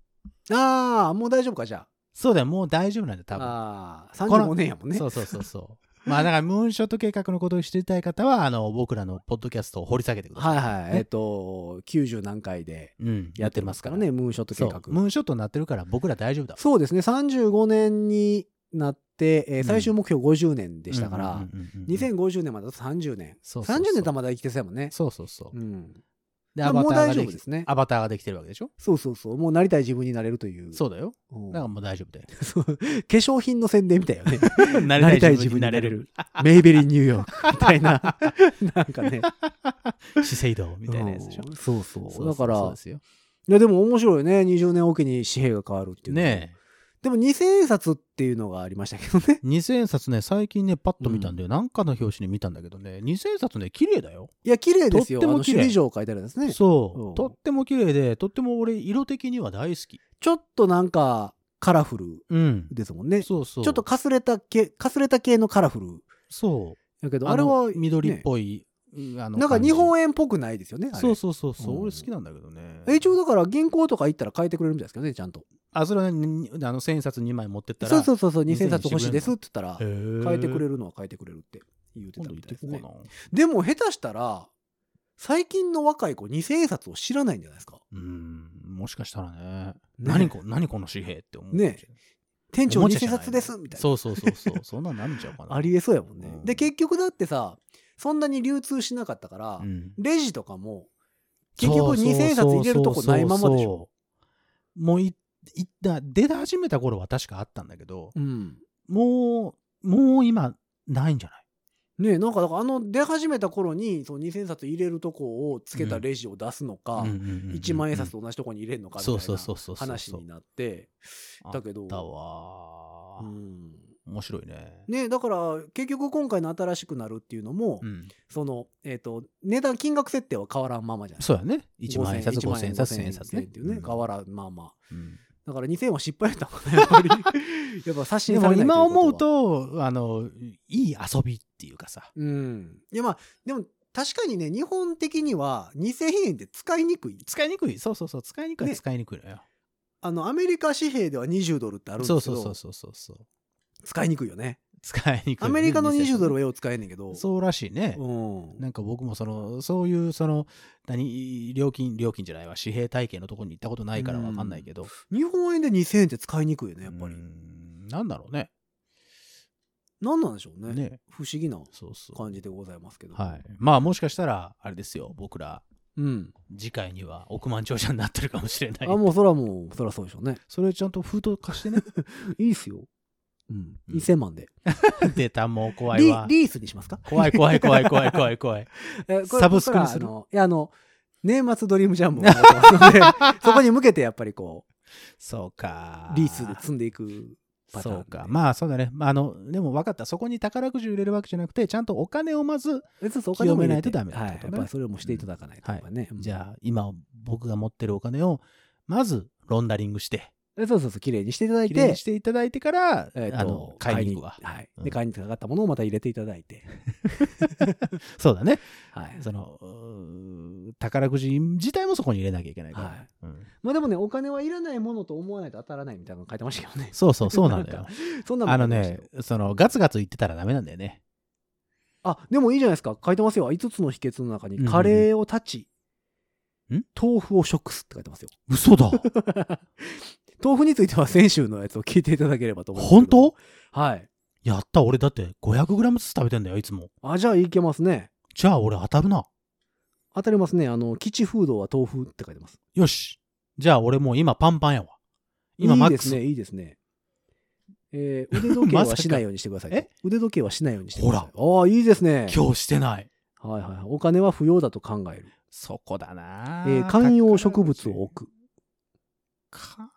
Speaker 2: ああもう大丈夫かじゃ
Speaker 3: そうだよもう大丈夫なんだよ多分
Speaker 2: ああー
Speaker 3: この
Speaker 2: 35年やもんね
Speaker 3: そうそうそうそう。 まあだからムーンショット計画のことを知りたい方はあの僕らのポッドキャストを掘り下げてください。
Speaker 2: はいはい、
Speaker 3: ね
Speaker 2: えっと90何回で
Speaker 3: うん、
Speaker 2: や
Speaker 3: や
Speaker 2: っ
Speaker 3: ってて
Speaker 2: ま
Speaker 3: ますす
Speaker 2: か
Speaker 3: からら
Speaker 2: ねムーンショット計
Speaker 3: そう
Speaker 2: 画
Speaker 3: ムーンショットになってるから僕ら大丈夫だ。
Speaker 2: そうですね35年になって、えー
Speaker 3: うん
Speaker 2: 最終目標50年でしたから、
Speaker 3: うんうんうんうん
Speaker 2: 2050年まであと30年
Speaker 3: そうそうそう
Speaker 2: 30年たまだ生きてそうやもんね
Speaker 3: そうそうそうう。
Speaker 2: ん
Speaker 3: で
Speaker 2: まあもう大
Speaker 3: が
Speaker 2: 丈
Speaker 3: で
Speaker 2: 夫
Speaker 3: き
Speaker 2: ですね
Speaker 3: アバターができてるわけでしょ
Speaker 2: そうそうそうもうなりたい自分になれるという
Speaker 3: そうだよ。
Speaker 2: うん
Speaker 3: だからもう大丈夫だ
Speaker 2: そう化粧品の宣伝みたいよね
Speaker 3: よ。 な
Speaker 2: なりたい自分に なれる。メイベリンニューヨークみたいな なんかね
Speaker 3: 姿勢移動みたいなやつでしょ
Speaker 2: う。んそうそう
Speaker 3: そうそう
Speaker 2: だから
Speaker 3: そうですよ。
Speaker 2: いやでも面白いよね20年おきに紙幣が変わるっていうのは
Speaker 3: ね
Speaker 2: でも2000円札っていうのがありましたけどね
Speaker 3: え。2000円札ね、最近ね、パッと見たんで、なんかの表紙に見たんだけどね、2000円札ね、綺麗だよ。
Speaker 2: いや綺麗ですよ
Speaker 3: とっても
Speaker 2: あの
Speaker 3: 綺麗
Speaker 2: 首里城書いてあるんですね
Speaker 3: そう
Speaker 2: う。ん
Speaker 3: とっても綺麗で、とっても俺、色的には大好き。
Speaker 2: ちょっとなんかカラフル
Speaker 3: うん。
Speaker 2: ですもんね。ち
Speaker 3: そうそう。
Speaker 2: ょっとかすれた系、かすれた系のカラフル。
Speaker 3: そう。
Speaker 2: やけど、あ
Speaker 3: あ
Speaker 2: れ
Speaker 3: れ
Speaker 2: は
Speaker 3: は
Speaker 2: ね、
Speaker 3: 緑っぽい、うんあの
Speaker 2: なんか
Speaker 3: 感じ
Speaker 2: 日本円っぽくないですよね。あれ
Speaker 3: そうそうそうそう、
Speaker 2: うん
Speaker 3: 俺好きなんだけどね
Speaker 2: 一応だから銀行とか行ったら変えてくれるんですけどね、ちゃんと。
Speaker 3: あそれはねにあの千円札2枚持ってったら
Speaker 2: そうそうそうそう、
Speaker 3: 2000
Speaker 2: 2000冊欲しいですって言ったら、
Speaker 3: 変
Speaker 2: 変えてくれ
Speaker 3: る
Speaker 2: るのは変えてくれるって言うてた
Speaker 3: 今度
Speaker 2: み
Speaker 3: 行った
Speaker 2: い
Speaker 3: て
Speaker 2: です
Speaker 3: こう
Speaker 2: ね
Speaker 3: か。な。
Speaker 2: でも下手したら、最近の若い子、二千円札を知らないんじゃないですか。
Speaker 3: うん、もしかしたらね、
Speaker 2: ね
Speaker 3: 何こ何この紙幣って思う。
Speaker 2: ね店長
Speaker 3: おも
Speaker 2: 二
Speaker 3: ちゃじ
Speaker 2: 千円
Speaker 3: ゃない
Speaker 2: 札です、みたいな。
Speaker 3: そうそうそうそう、そんなんなんちゃうかな。
Speaker 2: ありえそうやもんね
Speaker 3: う。ん
Speaker 2: で、結局だってさ、そんなに流通しなかったから
Speaker 3: う、ん
Speaker 2: レジとかも、結局二千円札入れるとこないままでしょ。
Speaker 3: ょ。もうい、いった、出だ始めた頃は確かあったんだけど、
Speaker 2: うん。
Speaker 3: もう、もう今、ないんじゃない
Speaker 2: ねえなんかだからあの出始めた頃にその二千円札入れるとこをつけたレジを出すのか、一万円札
Speaker 3: と
Speaker 2: と同じとこに入れるのかみたい
Speaker 3: そう
Speaker 2: な
Speaker 3: そうそうそうそう
Speaker 2: 話になってだけど
Speaker 3: だわ
Speaker 2: う
Speaker 3: ー。
Speaker 2: ん
Speaker 3: 面白いね。
Speaker 2: ねえだから結局今回の新しくなるっていうのも、
Speaker 3: うん。
Speaker 2: そのえっ、と値段金額設定は変わらんままじゃない
Speaker 3: そうやね。一万円札、
Speaker 2: 5000
Speaker 3: 5千円札、
Speaker 2: 5000
Speaker 3: 1000円札ね。
Speaker 2: っていうね、変わらんまま
Speaker 3: うん
Speaker 2: だから2000円は失敗だったもんね やっぱりやっぱ刷
Speaker 3: で
Speaker 2: 新さ
Speaker 3: も
Speaker 2: れない
Speaker 3: 今思う
Speaker 2: いうことは
Speaker 3: と、あの、いい遊びっていうかさ。
Speaker 2: うんいやまあでも確かにね日本的には2000円って使いにくい
Speaker 3: 使いにくい。そうそうそう。使いにくい。
Speaker 2: ね
Speaker 3: 使いにくいのよ。
Speaker 2: あのアメリカ紙幣では20ドルってあるんです
Speaker 3: そう
Speaker 2: け
Speaker 3: そう
Speaker 2: ど
Speaker 3: そうそうそうそう。
Speaker 2: 使いにくいよね
Speaker 3: 使いにくいね。
Speaker 2: アメリカの
Speaker 3: 実際
Speaker 2: 20ドルはよう使えんねんけど
Speaker 3: そうらしいね。
Speaker 2: うん
Speaker 3: なんか僕もその、そういうその、何、料金、料金じゃないわ、紙幣体系のところに行ったことないからわかんないけど、
Speaker 2: 日本円で2000円って使いにくいよねやっぱり、
Speaker 3: うん。なんだろうね。
Speaker 2: なんなんでしょうね
Speaker 3: ね。
Speaker 2: 不思議な
Speaker 3: そうそう。
Speaker 2: 感じでございますけど、
Speaker 3: はい。まあもしかしたら、あれですよ、僕ら、
Speaker 2: うん
Speaker 3: 次回には億万長者になってるかもしれな
Speaker 2: あ
Speaker 3: い。
Speaker 2: もうそれはもうそれはそうでしょうね
Speaker 3: それちゃんと封筒貸してね。
Speaker 2: いいっすようん、
Speaker 3: うん
Speaker 2: 1000万で
Speaker 3: 出た、もう怖い
Speaker 2: リ
Speaker 3: わ。
Speaker 2: リースにしますか
Speaker 3: 怖い怖い怖い怖い怖い怖い。
Speaker 2: えこれ
Speaker 3: サブスクにする
Speaker 2: 僕らあのいやあの年末ドリームジャンボを持ってますの で そこに向けてやっぱりこ
Speaker 3: そうか
Speaker 2: う。リースで積んでいくパターン
Speaker 3: そ
Speaker 2: で
Speaker 3: うか。まあそうだね。まああの、でも分かった。そこに宝くじを入れるわけじゃなくて、ちゃんとお金をまず、
Speaker 2: 別にそうお金も入れて
Speaker 3: 清めないとダメだ
Speaker 2: は
Speaker 3: っ
Speaker 2: い
Speaker 3: てこ
Speaker 2: や
Speaker 3: とね
Speaker 2: っぱりそれもしていただかないとやっぱね、うん
Speaker 3: じゃあ今僕が持ってるお金を、まずロンダリングして、
Speaker 2: えそうそうそう綺麗にしていただい
Speaker 3: きれい
Speaker 2: て
Speaker 3: にしていただいてから、
Speaker 2: えー
Speaker 3: あ
Speaker 2: と
Speaker 3: の買いに行くわ。
Speaker 2: はい
Speaker 3: うん
Speaker 2: で買いにかかったものをまた入れていただいて、
Speaker 3: そうだね。
Speaker 2: はい
Speaker 3: その、うー宝くじ自体もそこに入れなきゃいけないから。
Speaker 2: はい
Speaker 3: うん
Speaker 2: まあでもねお金はいらないものと思わないと当たらないみたいなの書いてましたけどね
Speaker 3: そうそう、そうなん だ
Speaker 2: なん
Speaker 3: よ
Speaker 2: か。そんな
Speaker 3: あ
Speaker 2: 書
Speaker 3: の
Speaker 2: いてましたよ
Speaker 3: ね、その、ガツガツ言ってたらダメなんだよね。
Speaker 2: あでもいいじゃないですか書いてますよ5つの秘訣の中
Speaker 3: うんう
Speaker 2: に
Speaker 3: ん
Speaker 2: 「カレーを断ち、
Speaker 3: ん
Speaker 2: 豆腐を食す」って書いてますよ
Speaker 3: 嘘だ
Speaker 2: 豆腐については先週のやつを聞いていただければと思うんです
Speaker 3: 本
Speaker 2: けど
Speaker 3: 当
Speaker 2: はい
Speaker 3: やった、俺だって 500g ずつ食べてんだよ、いつも。
Speaker 2: あじゃあいけますね
Speaker 3: じゃあ俺当たるな。
Speaker 2: 当たりますねあの基地フードは豆腐って書いてます
Speaker 3: よし。じゃあ俺もう今パンパンやわ。今マックス。
Speaker 2: いいですねいいですねえー腕時計
Speaker 3: まさ
Speaker 2: は
Speaker 3: か
Speaker 2: しないようにしてください
Speaker 3: え
Speaker 2: 腕時計はしないようにしてくださいああいいですね
Speaker 3: 今日してない。
Speaker 2: はいはいはいお金は不要だと考える、
Speaker 3: そこだ
Speaker 2: え
Speaker 3: なあ、
Speaker 2: ー観葉植物を置く
Speaker 3: 観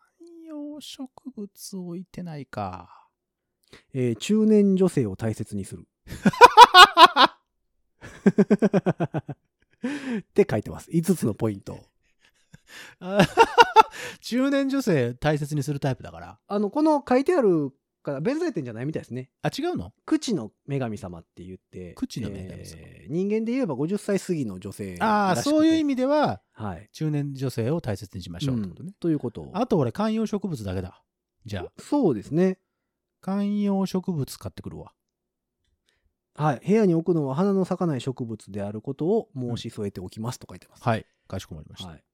Speaker 3: 葉植物置いてないか。
Speaker 2: えー中年女性を大切にする。って書いてます。5つのポイント。
Speaker 3: 中年女性大切にするタイプだから。
Speaker 2: あの、この書いてあるから、弁財天じゃないみたいですね。
Speaker 3: あ、違うの
Speaker 2: 口の女神様って言って、
Speaker 3: 口の女神様
Speaker 2: えー人間で言えば50歳過ぎの女性
Speaker 3: ああ、そういう意
Speaker 2: 味。
Speaker 3: 味では、
Speaker 2: はい。
Speaker 3: 中年女性を大切にしましょうってことね。
Speaker 2: ということを。
Speaker 3: あと俺、観葉植物だけだ。じゃあ、
Speaker 2: そうですね。
Speaker 3: 観葉植物買ってくるわ。
Speaker 2: はい。部屋に置くのは花の咲かない植物であることを申し添えておきますと書いてます。
Speaker 3: はい。かしこまりました。
Speaker 2: はい。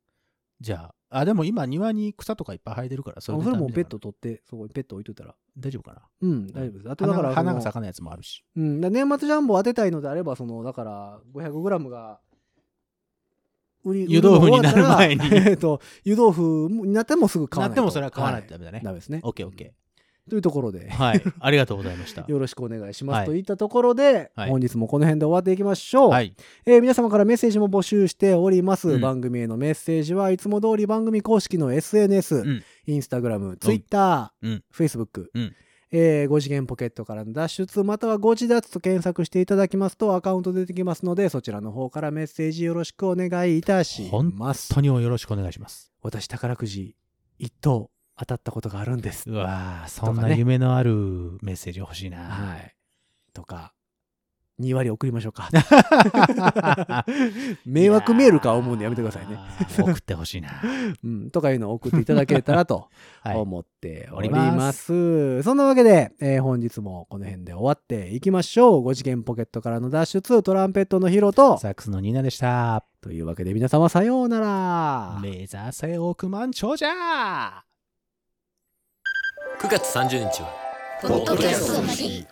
Speaker 3: じゃあ、あ、でも今庭に草とかいっぱい生えてるから、
Speaker 2: そ
Speaker 3: そ
Speaker 2: れ
Speaker 3: れで
Speaker 2: それも
Speaker 3: ダメ
Speaker 2: ペ
Speaker 3: だ
Speaker 2: ッ
Speaker 3: かな
Speaker 2: ト取って、そこにペット置いといたら。
Speaker 3: 大丈夫かな
Speaker 2: うん、大丈夫です。あとだ
Speaker 3: 花
Speaker 2: から、
Speaker 3: が花が
Speaker 2: その
Speaker 3: 咲かないやつもあるし。
Speaker 2: うん、だから年末ジャンボを当てたいのであれば、その、だから、500g が、売り
Speaker 3: 湯豆腐になる前
Speaker 2: 売り
Speaker 3: に
Speaker 2: の方だったら えっと、湯豆腐になってもすぐ買わない
Speaker 3: なって
Speaker 2: と。
Speaker 3: もそれは買わないと
Speaker 2: は
Speaker 3: ダメだ
Speaker 2: い
Speaker 3: ね。
Speaker 2: ダメですね。
Speaker 3: オッケーオッケ
Speaker 2: というところで
Speaker 3: ー。、はい。ありがとうございました。
Speaker 2: よろしくお願いします。
Speaker 3: はい
Speaker 2: といったところで、
Speaker 3: はい
Speaker 2: 本日もこの辺で終わっていきましょう。
Speaker 3: はい。
Speaker 2: えー皆様からメッセージも募集しております、
Speaker 3: うん
Speaker 2: 番組へのメッセージはいつも通り番組公式の SNS、
Speaker 3: ん
Speaker 2: インスタグラム、ツイッタ
Speaker 3: う
Speaker 2: ー
Speaker 3: ん、
Speaker 2: フェイスブック
Speaker 3: うん、
Speaker 2: えー5次元ポケットからの脱出、または5次脱と検索していただきますとアカウント出てきますので、そちらの方からメッセージよろしくお願いいたします。
Speaker 3: 本当によろしくお願いします。
Speaker 2: 私、宝くじ一等当たったことがあるんです。
Speaker 3: うわーそん
Speaker 2: とか
Speaker 3: な
Speaker 2: ね
Speaker 3: 夢のあるメッセージ欲しいな。
Speaker 2: はい。とか、 2割送りましょうか。 迷惑メールか思うんでやめてくださいね。
Speaker 3: やー。送って ほしいな。
Speaker 2: うん、とかいうのを送っていただけたらと
Speaker 3: はい
Speaker 2: 思っており
Speaker 3: おり
Speaker 2: ま。
Speaker 3: ます
Speaker 2: そんなわけで、えー本日もこの辺で終わっていきましょう。5次元ポケットからの脱出、トランペットのヒロと。
Speaker 3: サックスのニーナでした。
Speaker 2: というわけで皆様さようなら。
Speaker 3: 目指せ億万長者
Speaker 4: 9月30日は
Speaker 1: ポッドキャストの日